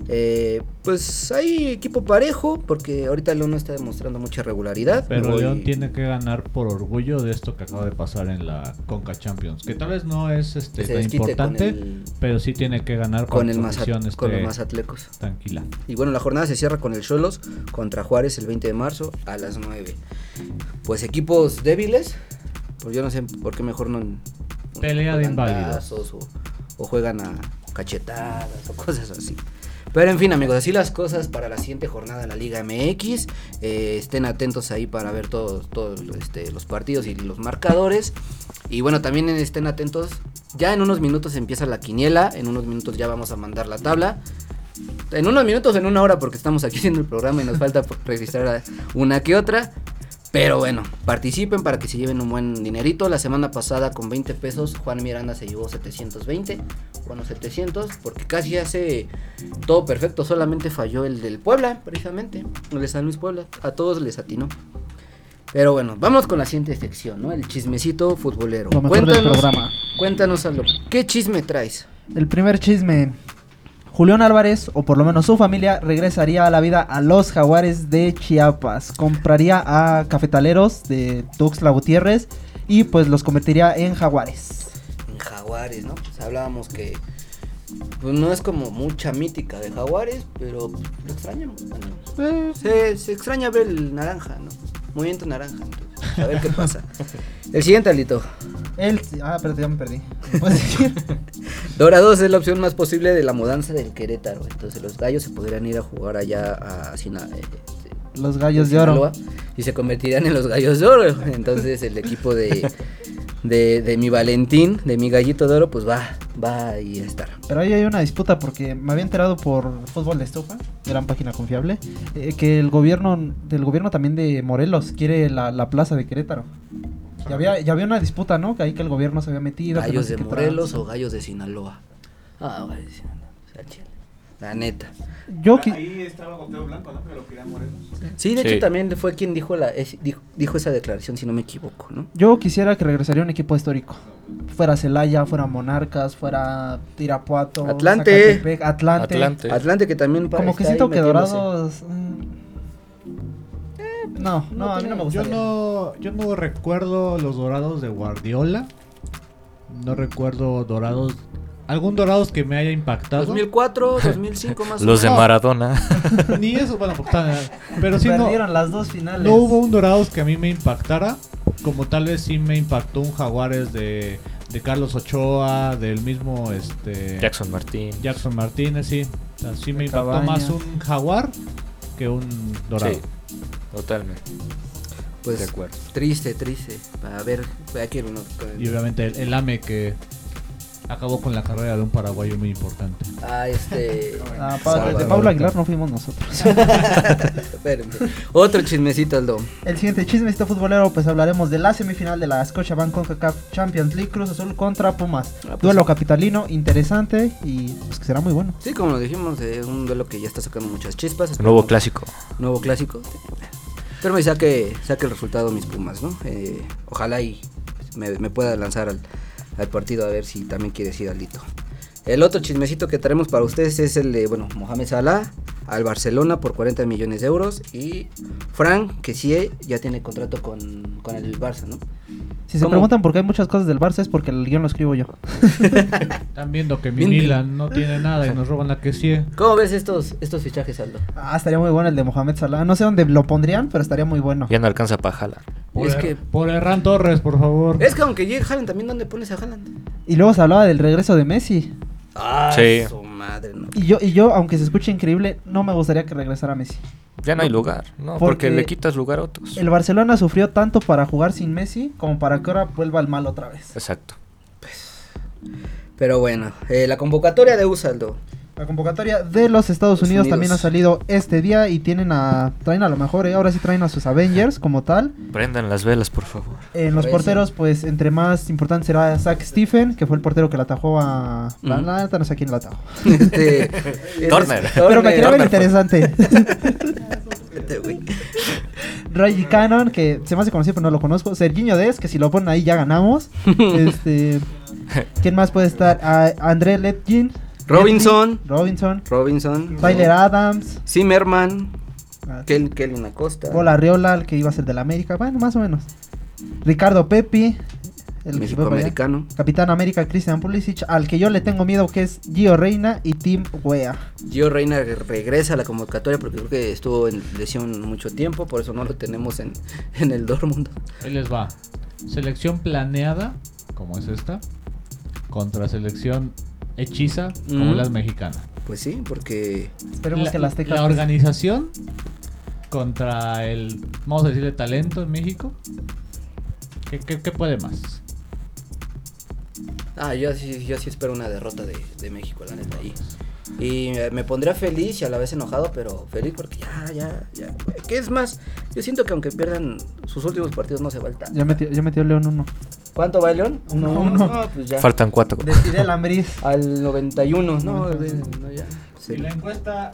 Eh, pues hay equipo parejo porque ahorita León no está demostrando mucha regularidad. Pero Voy- León tiene que ganar por orgullo de esto que acaba de pasar en la Conca Champions. Que tal vez no es este, se tan desquite con importante, el- pero sí tiene que ganar con el, su Mazat- afición, con los esté Mazatlecos. tranquila. Y bueno, la jornada se cierra con el Cholos contra Juárez el 20 de marzo a las 9. Pues equipos débiles, pues yo no sé por qué mejor no. Pelea de juegan inválidos. tazos O, o juegan a cachetadas o cosas así. Pero en fin, amigos, así las cosas para la siguiente jornada de la Liga MX. Eh, estén atentos ahí para ver todos todos este, los partidos y los marcadores. Y bueno, también estén atentos. Ya en unos minutos empieza la quiniela. En unos minutos ya vamos a mandar la tabla. En unos minutos, en una hora, porque estamos aquí haciendo el programa y nos falta registrar a- una que otra. Pero bueno, participen para que se lleven un buen dinerito. La semana pasada con 20 pesos Juan Miranda se llevó 720. Bueno, 700, porque casi hace todo perfecto. Solamente falló el del Puebla, precisamente. El de San Luis Puebla. A todos les atinó. Pero bueno, vamos con la siguiente sección, ¿no? El chismecito futbolero. Lo mejor del Cuéntanos, programa. cuéntanos, Aldo, ¿qué chisme traes? El primer chisme. Julián Álvarez, o por lo menos su familia, regresaría a la vida a los jaguares de Chiapas. Compraría a cafetaleros de Tuxtla Gutiérrez y pues los convertiría en jaguares. en Jaguares, ¿no? Pues hablábamos que pues, no es como mucha mítica de Jaguares, pero lo extrañamos. ¿no? Se, se extraña ver el naranja, ¿no? Movimiento naranja, entonces, a ver qué pasa. El siguiente, Alito. Él... Ah, espérate, ya me perdí. ¿Me puedes decir? Dorados es la opción más posible de la mudanza del Querétaro. Entonces los gallos se podrían ir a jugar allá a Sina- eh, este, Los gallos de oro. Sinaloa, y se convertirán en los gallos de oro. Entonces el equipo de, de, de mi Valentín, de mi gallito de oro, pues va, va ahí a estar. Pero ahí hay una disputa porque me había enterado por Fútbol de Estufa, gran página confiable, eh, que el gobierno, del gobierno también de Morelos quiere la, la plaza de Querétaro. Ya había, ya había una disputa, ¿no? Que ahí que el gobierno se había metido. que no ¿Gallos sé de qué tal. Morelos o gallos de Sinaloa? Ah, gallos de Sinaloa. o sea, al chile. La neta. Yo qui- Ahí estaba Goteo Blanco, ¿no? Pero lo querían morenos. Sí, de Sí. hecho también fue quien dijo, la, es- dijo, dijo esa declaración, si no me equivoco, ¿no? Yo quisiera que regresaría un equipo histórico. Fuera Celaya, fuera Monarcas, fuera Tirapuato, Atlante. Zacatepec, Atlante. Atlante. Atlante que también para Como que está siento Pues ahí que metiéndose. Dorados. mm, no, no, a mí no me Yo gustaría. no, yo no recuerdo los dorados de Guardiola. No recuerdo dorados. ¿Algún dorados que me haya impactado? 2004, 2005 más o Los de No. Maradona. Ni eso, bueno, pues, tan- pero sí no, Perdieron las dos finales. no hubo un dorados que a mí me impactara. Como tal vez sí me impactó un Jaguares de, de Carlos Ochoa, del mismo este Jackson Martín. Jackson Martínez, sí. Así me impactó Cabañas. más un Jaguar que un dorado. Sí, totalmente. Pues De acuerdo. triste, triste. Para ver, hay que ir uno con el- Y obviamente el, el AME que acabó con la carrera de un paraguayo muy importante. Ah, este. Ah, pa- de Sábado. Pablo Aguilar no fuimos nosotros. Espérenme. Otro chismecito, Aldo. El siguiente chismecito futbolero, pues hablaremos de la semifinal de la Scotiabank CONCACAF Champions League Cruz Azul contra Pumas. pues Duelo capitalino, interesante y pues que será muy bueno. Sí, como lo dijimos, es un duelo que ya está sacando muchas chispas. Nuevo clásico. Nuevo clásico. Pero me saque, saque el resultado mis Pumas, ¿no? Eh, ojalá y pues, me, me pueda lanzar al, al partido a ver si también quieres ir Alito. El otro chismecito que traemos para ustedes es el de, bueno, Mohamed Salah al Barcelona por 40 millones de euros y Frank, que sí eh, ya tiene contrato con, con el Barça, ¿no? Si se ¿Cómo? preguntan por qué hay muchas cosas del Barça es porque el guión lo escribo yo. Están viendo que mi Bien, bien. Milan no tiene nada y nos roban la que sí. ¿Cómo ves estos, estos fichajes, Aldo? Ah, estaría muy bueno el de Mohamed Salah. No sé dónde lo pondrían, pero estaría muy bueno. Ya no alcanza para jalar. Por, Es Er- que- por Erran Torres, por favor. Es que aunque llegue Haaland, también ¿dónde pones a Haaland? Y luego se hablaba del regreso de Messi. Ah, Sí. su madre, no. Y yo, y yo, aunque se escuche increíble, no me gustaría que regresara Messi. Ya no hay lugar, ¿no? Porque Porque le quitas lugar a otros. El Barcelona sufrió tanto para jugar sin Messi como para que ahora vuelva al mal otra vez. Exacto. Pero bueno, eh, la convocatoria de Usaldo. La convocatoria de los Estados Los Unidos, Unidos. también ha salido este día y tienen a traen a lo mejor, eh, ahora sí traen a sus Avengers como tal. Prendan las velas, por favor. En los Parece. porteros, pues entre más importante será Zach Stephen, que fue el portero que la atajó a la Ujú. la neta no sé a quién la atajó. Este, es- Turner. es- Pero me quería ver Turner fue. interesante. Este, güey. Reggie Cannon, que se me hace conocido pero no lo conozco. Serginho Des, que si lo ponen ahí ya ganamos. este, ¿Quién más puede estar? A- André Letkin. Robinson. Robinson. Robinson. Tyler Adams. Zimmerman. ah, Kel- Kelvin Acosta. Paul Arriola, el que iba a ser del América. Bueno, más o menos. Ricardo Pepi. El que se fue para allá. México-americano. Capitán América Christian Pulisic, al que yo le tengo miedo que es Gio Reina y Tim Wea. Gio Reina re- regresa a la convocatoria porque creo que estuvo en lesión mucho tiempo, por eso no lo tenemos en, en el Dortmund. Ahí les va. Selección planeada, como es esta, contra selección hechiza, como Mm. la mexicana. Pues sí, porque Esperemos la, que pues, las teclas. la organización contra el, vamos a decirle, talento en México. ¿Qué, qué- qué puede más? Ah, yo sí, yo sí espero una derrota de, de México, la neta. Y, y eh, me pondría feliz y a la vez enojado, pero feliz porque ya, ya, ya. ¿Qué es más? Yo siento que aunque pierdan sus últimos partidos no se va el Tata. Ya metió, ya metió León uno. ¿Cuánto va el León? Uno, No, uno. no, pues ya. Faltan cuatro. Decide el Ambriz. Al 91. No, Noventa y uno. de- no, ya. Sí. Y la encuesta,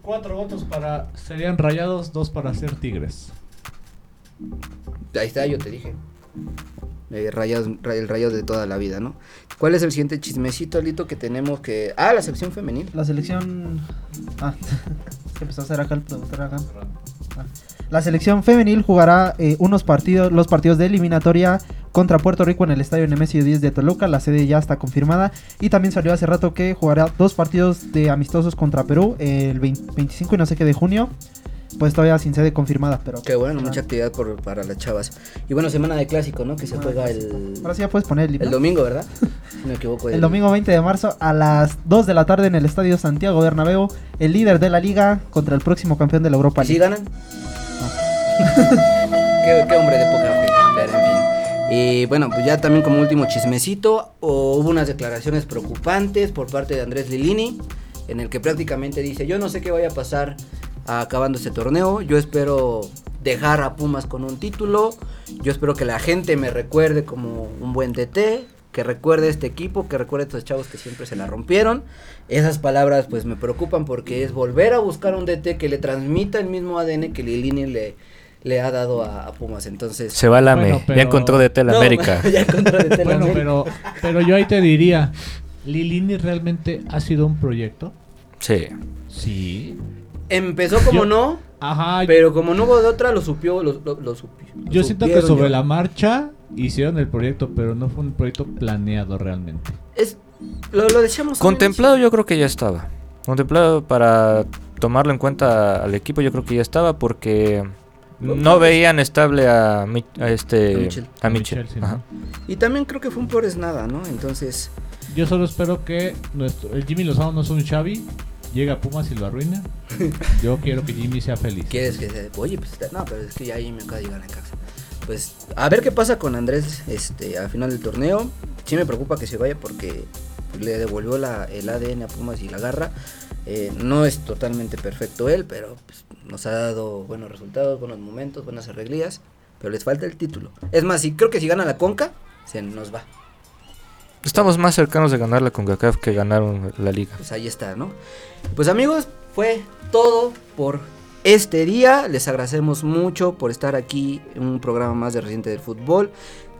cuatro votos para serían rayados, dos para ser tigres. Ahí está, yo te dije. Eh, rayados- ra- el rayado de toda la vida, ¿no? ¿Cuál es el siguiente chismecito, Alito, que tenemos que... Ah, la sección femenil. La selección. Ah, es que empezó a hacer acá el productor acá. Ah. La selección femenil jugará eh, unos partidos, los partidos de eliminatoria contra Puerto Rico en el estadio Nemesio 10 de Toluca. La sede ya está confirmada. Y también salió hace rato que jugará dos partidos de amistosos contra Perú eh, el 20 25 y no sé qué de junio. Pues todavía sin sede confirmada, pero. Qué bueno, Ah. mucha actividad por- para las chavas. Y bueno, semana de clásico, ¿no? Que se juega el... Ahora sí ya puedes poner el himno. El domingo, ¿verdad? Si me equivoco. El domingo 20 de marzo a las 2 de la tarde en el Estadio Santiago Bernabéu, el líder de la liga contra el próximo campeón de la Europa ¿Y si League. ganan? qué, qué hombre de poca fe. Pero en fin. Y bueno, pues ya también como último chismecito, o- hubo unas declaraciones preocupantes por parte de Andrés Lilini, en el que prácticamente dice, yo no sé qué vaya a pasar acabando este torneo, yo espero dejar a Pumas con un título, yo espero que la gente me recuerde como un buen DT, que recuerde este equipo, que recuerde estos chavos que siempre se la rompieron. Esas palabras pues me preocupan porque es volver a buscar un DT que le transmita el mismo ADN que Lilini le, le ha dado a, a Pumas. Entonces... Se va lame. Bueno, pero- Ya encontró de tela No, América. ya encontró DT en Bueno, América. pero, pero yo ahí te diría, ¿Lilini realmente ha sido un proyecto? Pues Sí. Sí. Empezó como Yo- no, Ajá, pero como no hubo de otra, lo supió, lo, lo- lo supi- lo yo siento que supieron sobre ya. la marcha hicieron el proyecto, pero no fue un proyecto planeado realmente. Es, lo, lo decíamos. al Contemplado yo creo que ya estaba. Contemplado para tomarlo en cuenta al equipo yo creo que ya estaba porque no veían estable a, Mi- a este A Mitchell. a Mitchell. Michel, sí, Ajá. ¿no? inicio. Y también creo que fue un por es nada, ¿no? Entonces, Yo solo espero que nuestro, el Jimmy Lozano no es un Xavi, llega a Pumas y lo arruina. Yo quiero que Jimmy sea feliz. ¿quieres que se- Oye, pues está- no, pero es que ya ahí me acaba de llegar la casa. Pues a ver qué pasa con Andrés este, al final del torneo. Sí me preocupa que se vaya porque le devolvió la, el ADN a Pumas y la garra. Eh, no es totalmente perfecto él, pero pues, nos ha dado buenos resultados, buenos momentos, buenas arreglías. Pero les falta el título. Es más, sí, creo que si gana la Conca, se nos va. Estamos más cercanos de ganar la CONCACAF que ganaron la liga. pues ahí está, ¿no? Pues amigos, fue todo por este día. Les agradecemos mucho por estar aquí en un programa más de Reciente del Fútbol.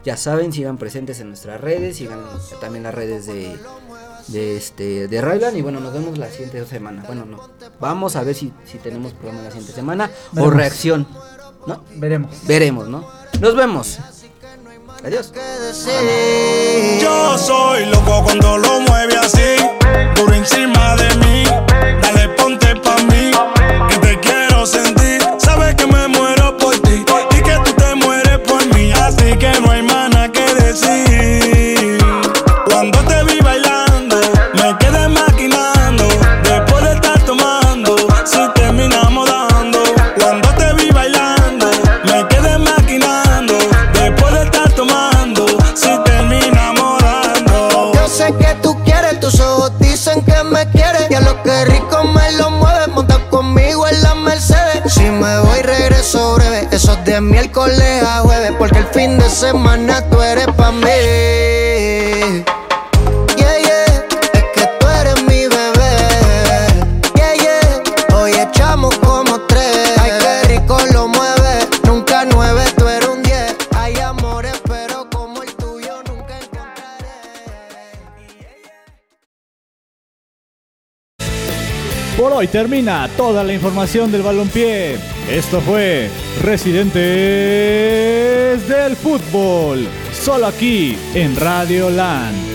Ya saben, sigan presentes en nuestras redes, sigan también las redes de, de este de Ryland. Y bueno, nos vemos la siguiente semana. Bueno, no. Vamos a ver si, si tenemos programa la siguiente semana o Veremos. reacción. ¿No? Veremos. Veremos, ¿no? Nos vemos. Adiós. Yo soy loco cuando lo mueve así, por encima de mí. Dale ponte pa mí, que te quiero sentir. Sabes que me muero por ti y que tú te mueres por mí, así que no hay más nada que decir. Cuando te vi bailando, me quedé maquinando. Después de estar tomando, si terminamos dando. Cuando te vi bailando, me quedé maquinando. Después de estar tomando, si terminamos dando. Yo sé que tú quieres, tus ojos dicen que me quieres. Y a lo que rico me lo mueves, monta conmigo en la Mercedes. Si me voy, regreso breve. Eso es de miércoles a jueves, porque el fin de semana tú eres pa' mí. Yeah, yeah, es que tú eres mi bebé. Yeah, yeah, hoy echamos como tres. Ay, qué rico lo mueves, nunca nueve, tú eres un diez. Hay amores, pero como el tuyo nunca encontraré. Por hoy termina toda la información del balompié. Esto fue Residentes del Fútbol, solo aquí en Radio Land.